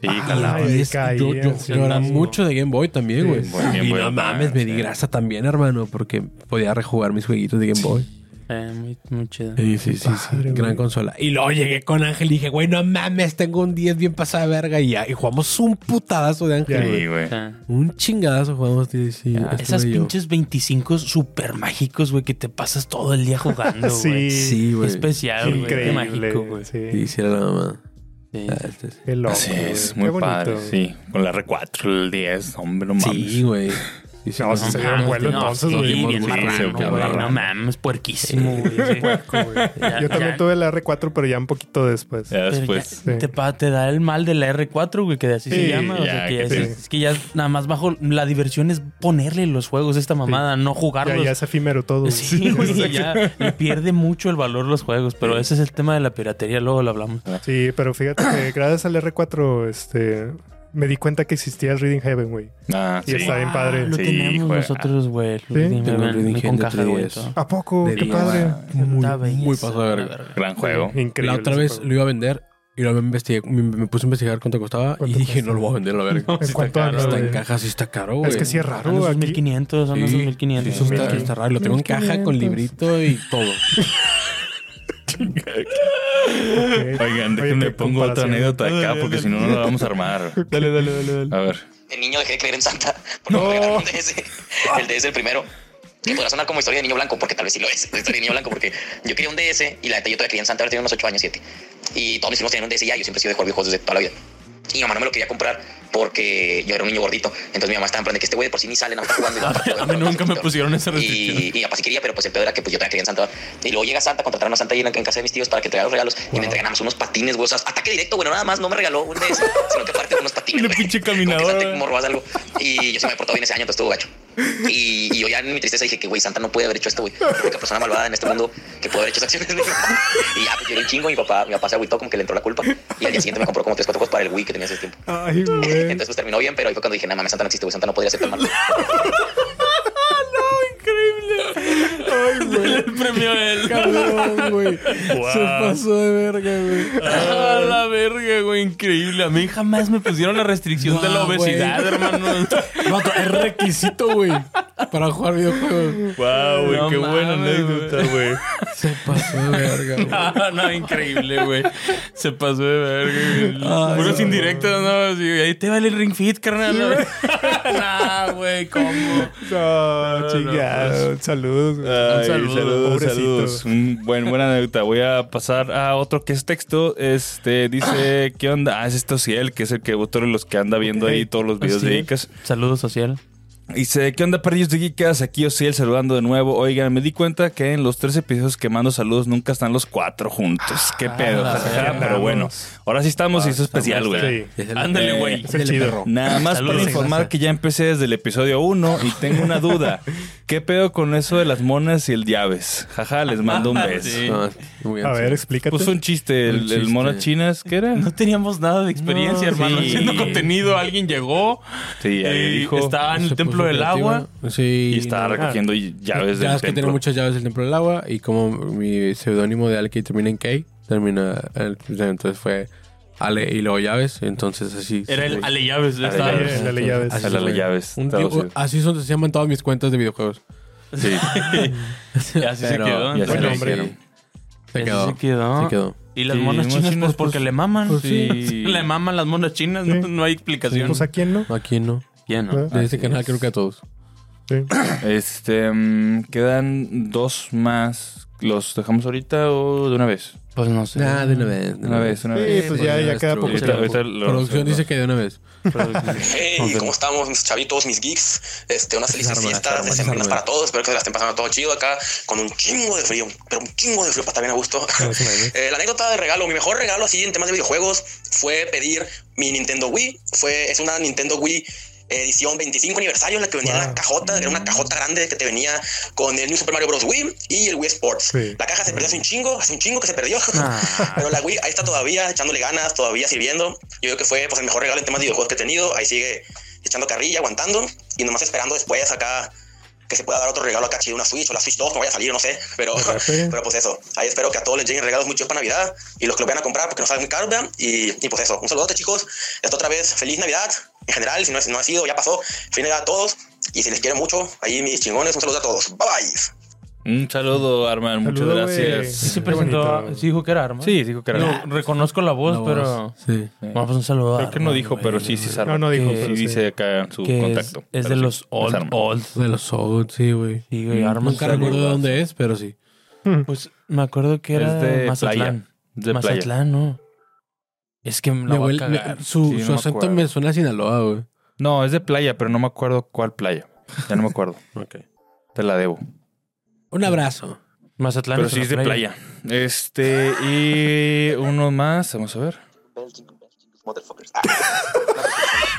F: Sí,
D: Ah,
F: jalaba.
B: Ay,
D: y es-
B: caí,
D: yo, yo-
C: sí,
D: yo era
C: sí.
D: mucho de Game Boy también, güey.
B: Sí,
F: bueno, Game
D: y
F: Boy
D: no mames,
B: Ah,
D: me di
F: Advance,
D: grasa también, hermano, porque podía rejugar mis jueguitos de Game Boy.
C: Eh, muy, muy chido.
D: Sí, sí, sí, sí.
B: Padre,
D: Gran
B: güey.
D: consola. Y luego llegué con Ángel y dije, güey, no mames, tengo un 10 bien pasada de verga. Y, ya, y jugamos un putadazo de Ángel.
B: Ya,
D: güey.
F: Sí, güey.
C: Ah.
D: Un chingadazo jugamos. Sí, sí, estuve
C: Esas
D: yo.
C: pinches 25 super mágicos, güey, que te pasas todo el día jugando,
B: Sí.
C: güey.
D: Sí, güey.
C: Especial, güey. Qué
B: Increíble. Eh,
C: mágico, güey.
B: Sí.
D: Sí, sí, era la mamá.
C: Sí.
D: Ah, este es-
B: Qué loco,
F: Así es,
B: güey.
F: muy
B: Qué bonito.
F: padre. Sí, con la R4, el 10, hombre, no mames.
D: Sí, güey. Sí, sí,
B: No, sí,
D: sí.
B: se dieron vuelo
C: Ah, no,
B: entonces,
C: sí,
B: güey.
F: Nos
C: bien
F: dimos
C: marrano,
F: gusto,
C: güey.
F: cabrón.
C: No mames, puerquísimo, güey. Sí. Ya-
B: Yo también
C: ya-
B: tuve la R4, pero ya un poquito después.
F: Ya
C: pero ya
F: después.
B: Sí.
C: te, pa- te da el mal de la R4, güey, que así se
B: Sí,
C: llama. o
F: ya,
C: sea, que ya es,
F: que
B: sí.
C: es que ya nada más bajo la diversión es ponerle los juegos a esta mamada, no
B: Ya,
C: jugarlos.
B: ya es efímero todo. güey.
C: Sí, güey, ya le pierde mucho el valor los juegos, pero ese es el tema de la piratería, luego lo hablamos.
B: Sí, pero fíjate que gracias al R4, este, me di cuenta que existía el Reading Heaven, güey.
F: Ah,
B: Y
F: sí.
B: está bien
C: Ah,
B: padre.
C: lo
F: Sí,
C: tenemos
F: juega.
C: nosotros, güey. Lo
B: Sí.
C: tenemos,
D: Tengo
C: güey,
D: el Reading
C: con
D: Hand de
C: caja, güey.
D: 3DS.
C: todo.
B: ¿A poco?
D: De
B: Qué
D: Lima.
B: padre.
D: Muy,
C: Está belleza,
D: muy pasado de verga.
F: Gran juego.
B: Increíble.
D: La otra
B: ese
D: vez
B: juego.
D: lo iba a vender y luego me, investigué, me, me puse a investigar cuánto costaba y
B: ¿Cuánto
D: dije,
B: cuesta?
D: no lo voy a vender, la verga.
B: ¿En cuánto anda,
D: está en
B: güey?
D: caja, sí está caro, güey.
B: Es que sí es
C: Son
B: raro.
C: esos
B: Aquí,
C: 1500, son esos
D: Sí,
C: 1500.
D: sí, está,
B: 1500.
D: está raro. Lo tengo en caja
B: 1500.
D: con librito y todo.
B: ok.
F: Oigan,
B: Oye,
F: déjenme
B: qué
F: pongo otra
B: comparación.
F: anécdota acá porque si no, no la vamos a armar.
C: Dale, dale, dale, dale.
F: A ver.
H: El niño dejé de creer en Santa porque me regalaron un DS. El DS el primero. Que podrá sonar como historia de niño blanco, porque tal vez sí lo es. Historia de niño blanco, porque yo quería un DS y la neta yo todavía creía en Santa, ahora tenía unos 8 años, 7. Y todos mis primos tenían un DS ya, yo siempre he sido de jugar videojuegos desde toda la vida. Y mi mamá no me lo quería comprar porque yo era un niño gordito. Entonces mi mamá estaba en plan de que este güey de por sí ni sale, nada más está jugando. y va
C: A mí nunca me pusieron esa restricción.
H: y, y mi papá sí quería, pero pues el peor era que pues yo todavía creía en Santa. ¿verdad? Y luego llega Santa, contrataron a Santa ahí en, en casa de mis tíos para que entregara los regalos y me entregan nada más unos patines, güey. O sea, ataque directo, güey. Nada más no me regaló un DS, sino que aparte unos patines.
F: Una
H: güey.
F: pinche
H: Como que Santa,
F: caminadora.
H: como robas algo. Y yo se me he portado bien ese año, entonces estuvo gacho. Y, y yo ya en mi tristeza dije que, güey, Santa no puede haber hecho esto, güey. La única persona malvada en este mundo que puede haber hecho esas acciones. güey. Y ya, pues yo un chingo. Mi papá, mi papá se agüitó, como que le entró la culpa. Y al día siguiente me compró como tres, cuatro juegos para el Wii que tenía ese tiempo.
B: Ay, güey.
H: Entonces pues terminó bien, pero ahí fue cuando dije, nada mames, Santa no existe, güey. Santa no podría ser tan malo.
C: El premio él.
D: Cabrón, güey. Se pasó de verga, güey.
C: A Ah, la verga, güey, increíble. A mí jamás me pusieron la restricción de la
D: Guau, güey.
C: obesidad, hermano.
D: Vato, es requisito, güey, para jugar videojuegos.
F: Wow,
C: güey, No qué buena mames, anécdota,
F: güey.
D: Se pasó de verga, güey.
C: No, Ah, no, increíble, güey. Se pasó de verga, güey.
D: Ay,
C: Puros
D: no.
C: indirectos, no. Así, ahí te vale el ring fit, carnal. No, güey, ¿cómo?
B: No, pues,
C: no,
B: chingado. Saludos. güey. Un saludo,
F: saludos,
B: pobrecito.
F: saludos. Un buen, buena anécdota. Voy a pasar a otro que es texto. Este dice: ¿Qué onda? Ah, es esto Ciel, que es el que otro de los que anda viendo ahí todos los videos de Icas.
C: Saludos social.
F: Dice, ¿qué onda, perrillos de geekas? Aquí Ociel saludando de nuevo. Oigan, me di cuenta que en los tres episodios que mando saludos nunca están los cuatro juntos. Qué pedo.
C: Ah, la
F: jajaja,
C: verga,
F: Pero bueno, ahora sí estamos y eso es especial, güey.
B: Sí.
D: eh,
C: Ándale, güey.
B: Es el chido.
F: Nada más
C: Saludos,
F: para informar
C: gracias.
F: que ya empecé desde el episodio 1 y tengo una duda. ¿Qué pedo con eso de las monas y el llaves? Jaja, les mando un beso.
C: Sí.
D: No, muy
B: A ver,
D: ansioso.
B: explícate.
F: Puso un chiste,
D: Un
F: el,
D: chiste.
F: el monas chinas, ¿qué era?
C: No teníamos nada de experiencia,
F: No,
C: hermano.
F: sí.
C: Haciendo contenido, alguien llegó.
F: Sí, ahí
C: eh,
F: dijo.
C: Estaba en el
D: Se
C: templo
D: puso
C: del
D: creativa.
C: agua.
D: Sí.
F: Y estaba recogiendo llaves
D: Ah. Ya
F: del
D: es que tiene
F: templo.
D: muchas llaves del templo del agua y como mi seudónimo de Ale que termina en K, termina el- pues, entonces fue Ale y luego llaves, entonces así.
C: Era el Ale Llaves.
F: Ale
C: estaba-
F: Llaves.
B: Ale Llaves.
D: Así
F: El Ale
D: fue.
F: Llaves,
D: Un
F: estaba
D: tío- ah,
F: así.
D: así son, se llaman todas mis cuentas de videojuegos.
F: Sí.
C: Y así
D: Pero-
C: se quedó.
F: y así
C: entonces.
F: lo
D: Bueno, hombre,
F: hicieron.
D: Se
C: Así
D: quedó.
C: se quedó.
D: Se quedó.
C: Y las
F: Sí,
C: monas
F: monas
C: chinas,
F: chinas,
C: pues, porque
F: pues,
C: le maman.
D: pues, sí.
C: Sí. Le maman las monas chinas,
B: Sí.
C: no, no hay explicación.
B: Pues a quién no.
D: No, Aquí no.
C: Ya no.
B: ¿verdad?
D: De este canal creo que a todos.
B: Sí.
F: Este, mm, quedan dos más. ¿Los dejamos ahorita o de una vez?
C: Pues no sé.
D: Nah, de una vez.
F: De una vez, una
B: Sí,
F: vez.
B: pues ya,
D: Pues
B: ya
D: ya
B: queda
D: estuvo.
B: poco
F: Ahorita-
B: tiempo.
F: ahorita lo-
D: Producción dice que de una vez.
H: Hey, ¿cómo estamos, mis chavitos, mis geeks? Este, unas felices
D: Armas,
H: fiestas
D: armas,
H: decembrinas
D: armas.
H: para todos. Espero que se la estén pasando todo chido acá, con un chingo de frío, pero un chingo de frío para estar bien a gusto. Eh, la anécdota de regalo, mi mejor regalo así en temas de videojuegos fue pedir mi Nintendo Wii. Fue, es una Nintendo Wii
A: edición 25 aniversario en la que venía
B: Wow.
A: la cajota, era una cajota grande que te venía con el New Super Mario Bros. Wii y el Wii Sports.
B: Sí.
A: La caja se perdió hace un chingo, hace un chingo que se perdió.
C: Ah,
A: Pero la Wii ahí está todavía echándole ganas, todavía sirviendo. Yo creo que fue pues, el mejor regalo en temas de videojuegos que he tenido. Ahí sigue echando carrilla, aguantando y nomás esperando después acá que se pueda dar otro regalo acá chido, una Switch o la Switch 2, no vaya a salir, no sé, pero,
B: repente.
A: pero pues eso, ahí espero que a todos les lleguen regalos muy chidos para Navidad y los que lo vayan a comprar porque no saben muy caro, ¿verdad? Y, y pues eso, un saludote chicos, hasta otra vez, feliz Navidad, en general, si no, si no ha sido, ya pasó, feliz Navidad a todos y si les quiero mucho, ahí mis chingones, un saludo a todos, bye bye.
F: Un saludo, Arman. Muchas
B: Saludo, güey.
F: gracias.
C: Sí, se
B: Qué
C: presentó.
B: bonito.
C: Sí, dijo que era Arma.
F: Sí, dijo que era
C: No, reconozco la voz,
D: La voz,
C: Pues, pero.
D: Sí.
C: Bueno, pues un saludo. a
F: Creo que no
C: Arma,
F: dijo,
C: güey,
F: pero sí, sí es Arman.
B: Ah, No, no dijo,
F: Sí,
B: pero sí.
F: dice acá en su
C: que es-
F: contacto.
C: Es,
F: pero
C: de
F: sí,
C: los old,
F: Arman.
C: old.
D: De los Souls, sí, güey.
C: Sí, güey, Arma.
D: Mm, Nunca recuerdo de dónde es, pero sí.
C: Pues me acuerdo que era
F: Es de
C: de Mazatlán.
F: playa. De playa.
C: Mazatlán, no. Es que me
D: Me
C: la voy a
D: huele- me-
C: cagar.
D: su
F: Sí, no
D: su
F: me
D: acento
F: acuerdo.
D: me suena a Sinaloa, güey.
F: No, es de playa, pero no me acuerdo cuál playa. Ya no me acuerdo.
D: ah,
F: Te la debo.
D: Un abrazo.
C: Mazatlán
F: pero
C: es
F: sí
C: una
F: es de playa. Este, y uno más, vamos a ver.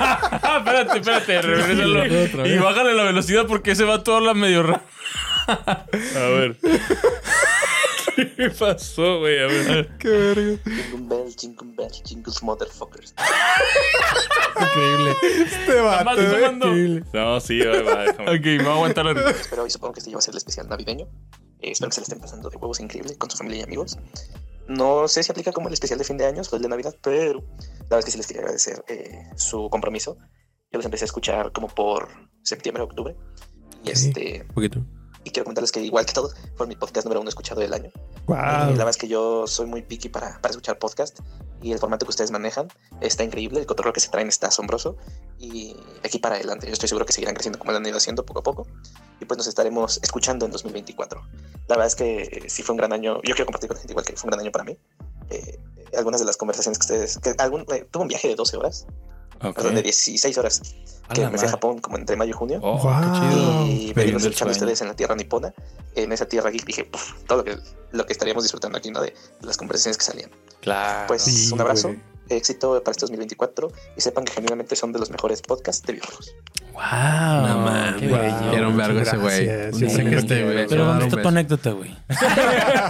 C: Ah, espérate, espérate, regrésalo. y bájale la velocidad porque ese vato habla medio raro.
F: A ver. ¿Qué pasó, güey? A ver.
I: Jingle bells, jingle bells, jingles, motherfuckers.
D: Increíble.
B: Este
C: Más
B: vato, güey.
C: sumando.
D: Increíble.
F: No, sí, va, va, déjame.
C: Ok, me voy a aguantar la risa.
I: Espero y supongo que este ya va a ser el especial navideño. Eh, espero que se le estén pasando de huevos increíble con su familia y amigos. No sé si aplica como el especial de fin de año o el de Navidad, pero la verdad es que sí les quería agradecer eh, su compromiso. Yo los empecé a escuchar como por septiembre o octubre. Y, este,
D: Un poquito.
I: y quiero comentarles que igual que todos, fue mi podcast número uno escuchado del año. Eh, La
B: Wow.
I: verdad es que yo soy muy picky para, para escuchar podcast y el formato que ustedes manejan está increíble, el cotorreo que se traen está asombroso y de aquí para adelante yo estoy seguro que seguirán creciendo como lo han ido haciendo poco a poco y pues nos estaremos escuchando en 2024. La verdad es que eh, sí fue un gran año, yo quiero compartir con la gente igual que fue un gran año para mí. Eh, algunas de las conversaciones que ustedes, que algún, eh, tuve un viaje de 12 horas,
F: Ok.
I: perdón, de 16 horas,
D: A
I: que
D: la
I: me fui a
D: madre.
I: Japón como entre mayo y junio.
F: Oh,
B: Wow.
F: qué chido.
I: Y
F: Viviendo
I: venimos
F: el
I: escuchando a
F: sueño.
I: ustedes en la tierra nipona. En esa tierra geek dije, "Puf, todo lo que, lo que estaríamos disfrutando aquí, ¿no? De las conversaciones que salían.
F: Claro.
I: Pues
B: Sí,
I: un abrazo,
B: güey.
I: éxito para este 2024 y sepan que genuinamente son de los mejores podcasts de videojuegos.
C: Wow.
D: No mames.
C: Ah, qué
B: Wow.
C: bello.
D: Era un
B: muchas
D: vergo ese güey.
B: gracias.
D: Un
B: Yo sé que
D: niño,
B: este,
D: güey.
B: güey.
D: Le
C: Pero
D: voy a
C: ¿dónde
D: dar un
C: está tu
D: beso.
C: anécdota, güey?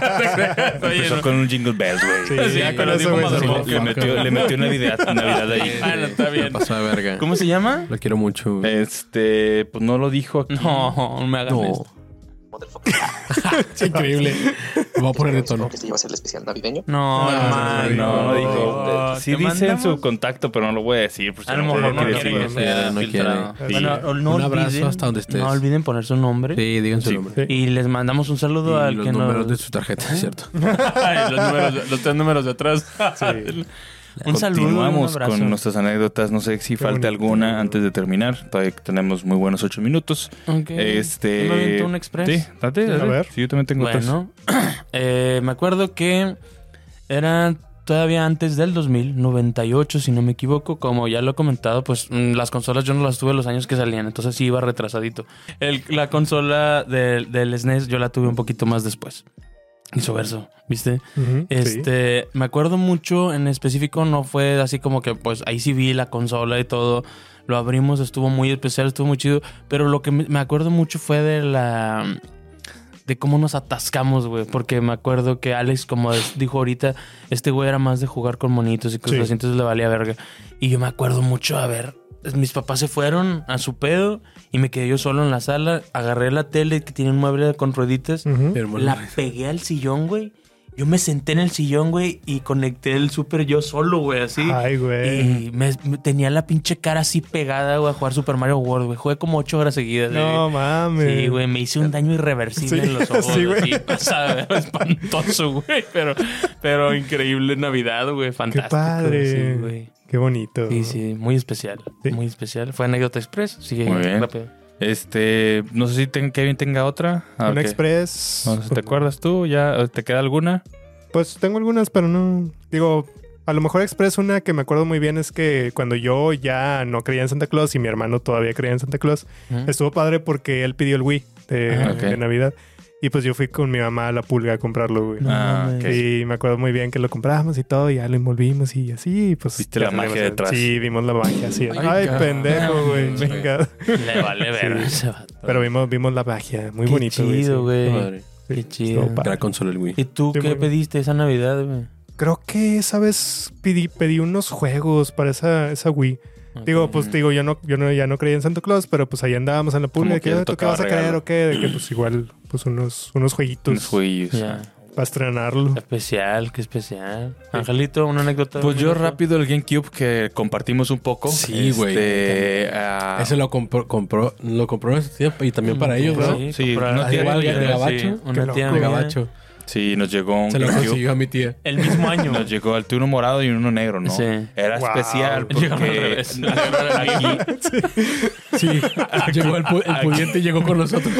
F: Empezó con un jingle bells, güey.
B: Sí,
C: Sí,
B: ya
C: pero
B: con eso,
C: dijo
B: güey,
C: madre,
B: se
C: ¿no?
B: lo-
F: Le metió, le metió Navidad, Navidad
C: Ah, no,
F: ahí.
C: está
D: Me
C: bien.
D: pasó de verga.
C: ¿Cómo Eh, se llama?
D: Lo quiero mucho, güey.
F: Este, pues no lo dijo aquí.
C: No, no me hagan
D: No.
C: esto.
I: Motherfucker.
D: Es increíble. Me voy a poner de tono.
I: Supongo que este iba a ser el especial navideño.
C: No, hermano.
F: Ah, No, no dijo.
C: Oh,
F: Sí
C: te
F: dice en su
C: mandamos-
F: contacto, pero no lo voy a decir. por si
C: A lo
F: no
C: mejor
F: tiene
C: no
F: que
C: quiere que
F: decir.
C: sea
D: Sí, no quiere.
C: filtrado.
F: Sí.
C: Bueno, no
D: Un abrazo
C: olviden-
D: hasta donde estés.
C: No olviden poner su nombre.
D: Sí, digan su
F: Sí.
D: nombre.
C: Y les mandamos un saludo
D: Y
C: al
D: los
C: que
D: números
C: no.
D: de su tarjeta, es ¿cierto?
C: Ay, los, números- los tres números de atrás. un saludo.
F: Continuamos
C: un abrazo.
F: con nuestras anécdotas. No sé si
B: bonito.
F: falta alguna antes de terminar. Todavía tenemos muy buenos ocho minutos.
C: Ok.
F: Este.
C: ¿Me aviento un express?
F: Sí, date, date.
B: A ver.
F: Sí, yo también tengo otras.
C: Bueno, eh, me acuerdo que era todavía antes del 2000, 98 si no me equivoco, como ya lo he comentado, pues mm, las consolas yo no las tuve los años que salían, entonces sí iba retrasadito. El- la consola del, del SNES yo la tuve un poquito más después. Y su verso, ¿viste?
B: Ujú, sí.
C: Este, me acuerdo mucho, en específico no fue así como que pues ahí sí vi la consola y todo. Lo abrimos, estuvo muy especial, estuvo muy chido. Pero lo que me me acuerdo mucho fue de la. de cómo nos atascamos, güey. Porque me acuerdo que Alex, como es- dijo ahorita, este güey era más de jugar con monitos y cosas
B: Sí.
C: así, entonces le valía verga. Y yo me acuerdo mucho, a ver. Mis papás se fueron a su pedo y me quedé yo solo en la sala. Agarré la tele que tiene un mueble con rueditas.
B: Ujú.
D: Hermano.
C: La pegué al sillón, güey. Yo me senté en el sillón, güey, y conecté el super yo solo, güey, así.
B: Ay, güey.
C: Y me, me tenía la pinche cara así pegada, güey, a jugar Super Mario World, güey. Jugué como ocho horas seguidas,
B: No
C: güey.
B: mames.
C: Sí, güey, me hice un daño irreversible
B: Sí,
C: en los ojos.
B: sí, güey.
C: así, o sea, espantoso, güey. Pero, pero increíble Navidad, güey.
B: Qué
C: Fantástico.
B: padre.
C: Sí, güey.
B: Qué bonito.
C: Sí, sí, muy especial.
B: Sí.
C: Muy especial. Fue anécdota express. Sigue
F: Muy bien.
C: rápido.
F: Este, no sé si ten- Kevin tenga otra. Ah,
B: Un
F: ok.
B: express.
F: No sé si ¿Te acuerdas tú? ¿Ya te queda alguna?
B: Pues tengo algunas, pero no. Digo, a lo mejor Express, una que me acuerdo muy bien es que cuando yo ya no creía en Santa Claus y mi hermano todavía creía en Santa Claus,
C: Ujú.
B: estuvo padre porque él pidió el Wii de,
F: Ah, ok.
B: de Navidad. Y pues yo fui con mi mamá a la pulga a comprarlo, güey.
F: Ah,
C: mames.
F: ok.
B: Y me acuerdo muy bien que lo compramos y todo, y ya lo envolvimos y así, y pues...
F: Viste la
B: ya
F: magia
B: salimos.
F: detrás.
B: Sí, vimos la magia, así.
D: Ay,
B: Ay,
D: cabrón.
B: pendejo, güey,
D: Sí.
B: chingado.
C: Le vale ver
B: Sí.
C: ese vato.
B: Pero vimos, vimos la magia, muy
C: Qué
B: bonito, güey.
C: chido,
B: sí.
C: güey.
D: Madre.
B: Sí,
C: Qué chido.
B: estuvo padre.
D: Gran consola el Wii.
C: ¿Y tú
B: Sí, muy
C: qué
B: bueno.
C: pediste esa Navidad, güey?
B: Creo que esa vez pedí, pedí unos juegos para esa, esa Wii. Digo, pues
F: Ujú.
B: digo, yo no, yo no, ya no creía en Santa Claus, pero pues ahí andábamos en la pulga.
F: Como
B: de
F: que
B: que, "Ah, ¿Tú qué
F: tocaba
B: vas a creer
F: regalo.
B: o qué? De que pues igual, pues unos, unos jueguitos
F: Unos jueguillos.
C: Pues, Ya.
B: para estrenarlo.
C: Especial, qué especial. Angelito, una anécdota.
F: Pues yo
C: minuto.
F: rápido el GameCube que compartimos un poco.
D: Sí, güey.
F: Este, ah,
D: Ese lo compró, compró, lo compró nuestra tía y también para ellos, ¿no?
C: Sí,
F: Sí,
C: compraron-
F: una
D: tía
C: igual
D: de-
C: que-
D: de
C: sí,
D: gabacho.
C: una
B: Qué
C: tía
B: loco,
D: El
C: mía.
D: gabacho.
F: sí, nos llegó un
D: Se lo
F: GameCube.
D: consiguió a mi tía.
C: El mismo año.
F: Nos llegó el uno morado y uno negro, ¿no?
C: Sí.
F: Era
B: Wow.
F: especial
C: Llegaron al
F: porque
C: revés.
F: aquí
D: Sí, llegó el, pu- el pudiente y llegó con nosotros.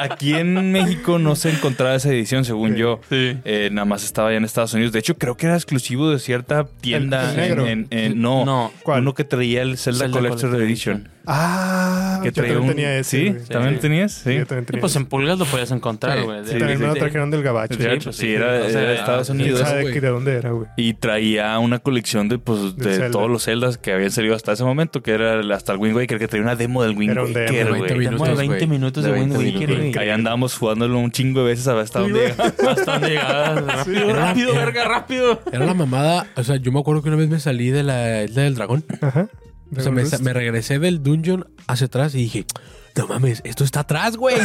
F: Aquí en México no se encontraba esa edición, según yo.
C: Sí.
F: Eh, nada más estaba ya en Estados Unidos. De hecho, creo que era exclusivo de cierta tienda.
B: el negro?
F: En, en- en- no,
C: No.
B: ¿Cuál?
F: uno que traía el Zelda,
C: Zelda
F: Collector
C: Collector
F: Edition.
B: Ah,
F: Que
B: yo también
F: un-
B: tenía ese.
F: ¿Sí?
B: güey.
F: ¿También lo
C: Sí.
F: tenías? Sí.
B: Yo también tenía
C: Pues
B: ese.
C: en pulgas lo podías encontrar,
D: Sí,
C: güey.
F: sí.
C: De-
B: También me lo
C: de-
B: trajeron del gabacho.
F: De
B: güey.
F: hecho,
C: pues
F: sí,
C: sí.
F: era,
C: O sea,
F: era de Estados
D: sí,
B: ¿Quién
F: Unidos.
B: sabe
D: güey.
B: que de dónde era, güey?
F: Y traía una colección de,
B: Del
F: pues, de
B: Zelda.
F: todos los Zeldas que habían salido hasta ese momento, que era el- hasta el Wind Waker, que traía una demo del Wind
B: Era un demo,
F: Waker,
D: de 20
F: güey.
C: Tenemos
D: minutos,
C: 20
D: güey.
C: minutos
F: De
C: de Wind
F: 20
C: Waker,
F: minutos.
C: güey.
F: Ahí andábamos jugándolo un chingo de veces a ver hasta dónde llegaba.
C: Hasta dónde llegabas. Rápido,
D: Era-
C: rápido,
D: era-
C: verga, rápido.
D: Era la mamada. O sea, yo me acuerdo que una vez me salí de la isla del dragón.
B: Ajá.
D: O sea, me,
B: Dragon
D: me regresé del dungeon hacia atrás y dije, no mames, esto está atrás, güey.
F: Sí,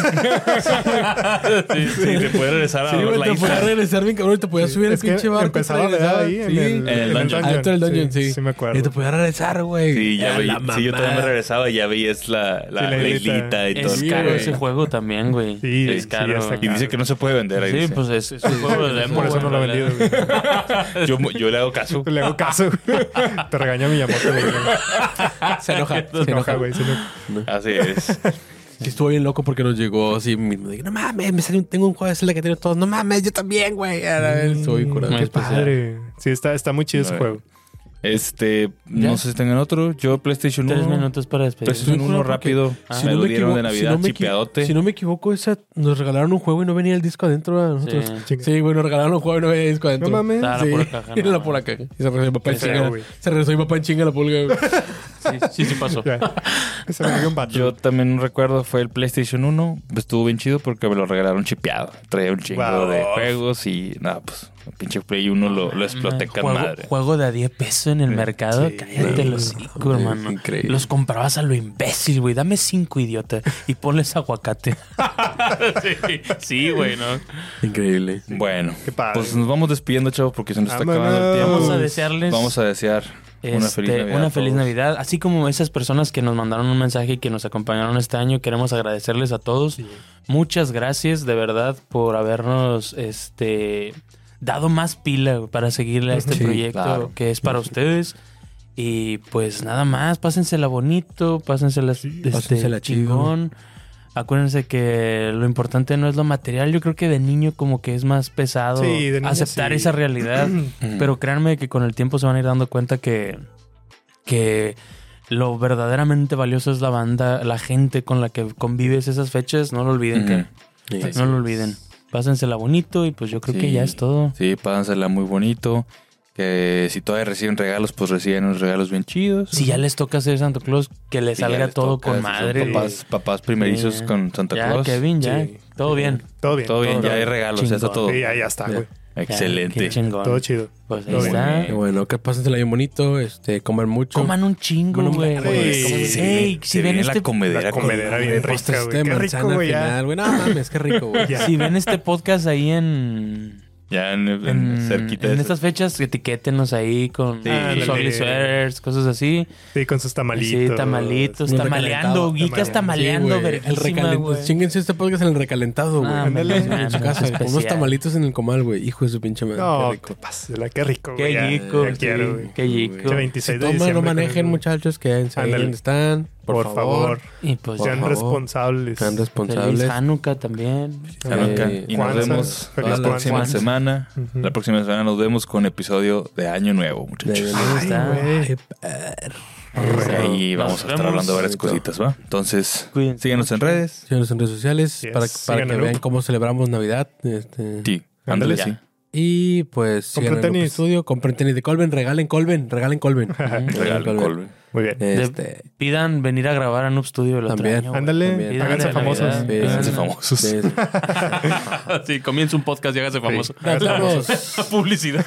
F: sí, te puede regresar a
D: Sí,
F: ver
D: güey,
F: la
D: te
F: isla.
D: podías regresar bien cabrón y te podías subir al
B: Es que
D: pinche barco. y te
B: empezaba a leer
D: regresabas.
B: ahí en
D: Sí.
B: el,
F: En el dungeon.
D: Adentro del dungeon, sí.
B: Sí, me acuerdo.
D: Y te podías regresar, güey.
F: Sí, ya
D: Era
F: veía-
D: la
F: sí, yo también me
D: mamada.
F: regresaba y ya veías la, la,
B: Sí, la
F: la
B: islita.
F: islita y todo.
C: Es
F: el
C: caro
F: pedo.
C: ese juego también, güey.
B: Sí,
C: es
B: sí,
C: caro.
B: está
F: Y dice que no se puede vender. Ahí
C: Sí,
F: dice.
C: pues es, es un juego de demo.
B: Por eso
C: güey,
B: no lo he
C: en
B: vendido,
C: realidad.
B: güey.
F: yo, yo le hago caso.
B: Le hago caso. güey. Te regaña Miyamoto, güey.
D: Ah, Se enoja.
B: Se enoja, güey. se enoja.
F: Así es.
D: Sí, estuvo bien loco porque nos llegó así mismo. Dije, no mames, me salió, un- tengo un juego de Zelda que tiene todos. No mames, yo también, güey. Era- Estuvo bien curado.
C: Muy
D: Qué
C: especial.
D: padre.
B: Mm, Padre. Sí, está, está muy chido ese
F: No,
B: juego.
F: Este,
C: Ya.
F: no sé si tengan otro. Yo PlayStation 1.
C: Tres minutos para despedirnos.
F: PlayStation 1 rápido.
C: Ah.
F: me lo dieron de
D: equivo-
F: Navidad,
D: me equi-
F: chipeadote.
D: si no me equivoco, esa, nos regalaron un juego y no venía el disco adentro a
C: Sí.
D: nosotros. Sí,
B: Chinga.
D: güey, nos regalaron un juego y no venía el disco adentro.
B: No mames.
C: Está la
D: Sí,
C: pura caja,
D: era
C: no.
D: la pura caja. Y se regresó mi papá en
C: Qué
B: feo,
D: chinga.
B: güey.
D: Se regresó mi papá en chinga a la pulga, güey.
C: Sí, sí, sí pasó.
B: Ya. Se me dio un vato.
F: Yo también un recuerdo fue el PlayStation 1. Estuvo bien chido porque me lo regalaron chipeado. Traía un chingo
B: Wow.
F: de juegos y nada, pues el pinche Play 1 lo, lo exploté con
C: juego,
F: madre.
C: juego de a 10 pesos en el mercado.
D: Sí,
C: Cállate
D: güey.
C: los
D: No,
C: cinco,
D: mames,
C: hermano.
D: increíble.
C: Los comprabas a lo imbécil, güey. Dame cinco, idiota. Y ponles aguacate. sí, sí, güey, ¿no?
D: Increíble.
F: Bueno,
B: Qué padre.
F: pues nos vamos despidiendo, chavos, porque se nos está acabando el
B: Vámonos.
F: tiempo.
C: Vamos a desearles
F: Vamos a desear una feliz
C: este,
F: Navidad.
C: una
F: a
C: feliz
F: todos.
C: Navidad. Así como esas personas que nos mandaron un mensaje y que nos acompañaron este año, queremos agradecerles a todos. Muchas gracias, de verdad, por habernos este, dado más pila para seguirle a este
D: Sí,
C: proyecto
F: claro.
C: que es para ustedes. Y pues nada más, pásensela bonito, pásensela, este,
D: pásensela chido.
C: chingón. Acuérdense que lo importante no es lo material, yo creo que de niño como que es más pesado
B: Sí, de niño
C: aceptar
B: sí.
C: esa realidad, pero créanme que con el tiempo se van a ir dando cuenta que, que lo verdaderamente valioso es la banda, la gente con la que convives esas fechas, no lo olviden, que- no lo olviden. Pásensela bonito y pues yo creo que
F: Sí.
C: ya es todo.
F: Sí, pásensela muy bonito. Que si todavía reciben regalos, pues reciben unos regalos bien chidos.
C: Si ya les toca ser Santa Claus, que les
F: Si ya
C: salga
F: les
C: todo
F: toca,
C: con
F: si son
C: madre.
F: Papás, papás primerizos
C: Sí.
F: con Santa
C: ya,
F: Claus.
C: Kevin, ya.
D: Sí.
C: Todo bien.
B: Todo bien.
F: Todo bien, ya
C: Todo.
F: hay regalos, ya está
C: Chingón.
F: todo.
B: Sí, ya, ya está, güey.
C: Ya,
F: Excelente.
C: qué chingón.
B: Todo chido.
C: Pues ahí
B: Todo
C: está.
F: bien.
D: Qué bueno, que pásensela bien bonito, este, coman mucho.
C: Coman un chingo,
D: Coman un
C: güey.
D: vergo,
B: güey.
C: Sí.
B: Coman-
C: Ey,
F: Se viene-
C: si
F: se
C: ven
F: viene
C: este-
F: la comedera.
B: La comedera bien
D: Postres
B: rica,
D: de
B: güey. Qué
D: manzana
B: rico,
D: al
B: güey.
D: final,
B: ya.
D: güey. No mames, qué rico, güey.
B: Ya.
C: si ven este podcast ahí en...
F: Ya en, en-
C: En,
F: cerquita
C: en
F: de
C: estas fechas, etiquétenos ahí con
F: Sí.
C: los ugly
B: Ándale.
C: sweaters, cosas así.
B: Sí, con sus tamalitos.
C: Sí, tamalitos,
D: Un
C: tamaleando,
D: recalentado,
C: guicas
D: Sí,
C: tamaleando,
D: güey, el recalentado. Chinguense este podcast en el recalentado, güey.
C: Ah,
D: Ándale,
C: menos mal,
D: en su casa.
C: especial.
D: Con unos tamalitos en el comal, güey. Hijo de su pinche madre.
B: No,
D: qué rico.
B: qué pásela, qué rico,
C: Qué
B: güey. ya.
C: rico,
B: Ya
C: sí.
B: quiero, güey.
C: Qué rico.
B: Che, 26 de
D: Tomen, no
B: diciembre,
D: manejen,
B: güey.
D: muchachos. Quédense ahí
B: Ándale.
D: donde están.
B: Por, favor,
C: Y pues
D: Por
B: sean
D: favor.
B: responsables.
D: Sean
C: feliz
D: responsables.
C: Hanukkah también.
F: Hanukkah.
D: Eh,
F: y nos
B: Juanza,
F: vemos
B: feliz
F: la próxima
B: Juanza.
F: semana.
B: Ujú.
F: La próxima semana nos vemos con episodio de Año Nuevo,
D: De-
F: muchachos.
C: Ahí
B: Ay,
D: Eh,
C: está.
B: güey.
D: Ay, perro.
F: Pues ahí
E: Nos
F: vamos a estar
E: vemos.
F: hablando de varias cositas, ¿va? Entonces,
E: Cuídense
F: síguenos en redes.
D: Síganos en redes sociales
C: Yes,
D: para, para
C: sigan
D: que
C: el
D: vean
C: loop.
D: cómo celebramos Navidad. Este,
F: Sí, ándale,
E: Ya.
F: sí.
D: Y pues
C: Compren
D: sigan en el
C: tenis.
D: estudio, compren tenis de Colben, regalen Colben, regalen Colben. Ujú,
F: Regalo,
D: regalen Colben.
F: Colby.
C: Muy bien.
D: Este,
E: Pidan venir a grabar a Noob Studio el otro
D: También.
E: año, güey.
C: Ándale,
D: también.
C: háganse
E: Ándale,
C: famosos.
E: Navidad.
D: Sí,
F: Háganse
D: sí,
F: famosos.
D: sí, sí.
E: sí, comienza un podcast y hágase famoso.
D: Vámonos.
E: Publicidad.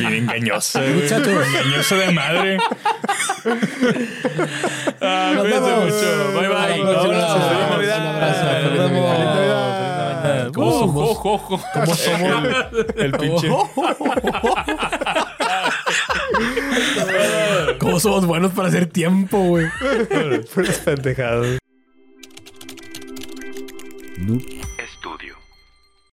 F: Bien engañoso. güey.
D: Muchachos.
F: Engañoso de madre.
E: Ah, cuídense
D: vemos.
E: mucho. Bye bye.
D: Un abrazo.
E: Feliz Navidad.
D: Un abrazo. Feliz
E: Feliz
D: Navidad.
E: Navidad.
D: ¿Cómo
E: Uh,
D: somos?
E: ojo, ojo.
D: ¿Cómo somos?
F: El pinche.
D: ¿Cómo somos buenos para hacer tiempo, güey?
C: Puras pendejadas.
J: Noob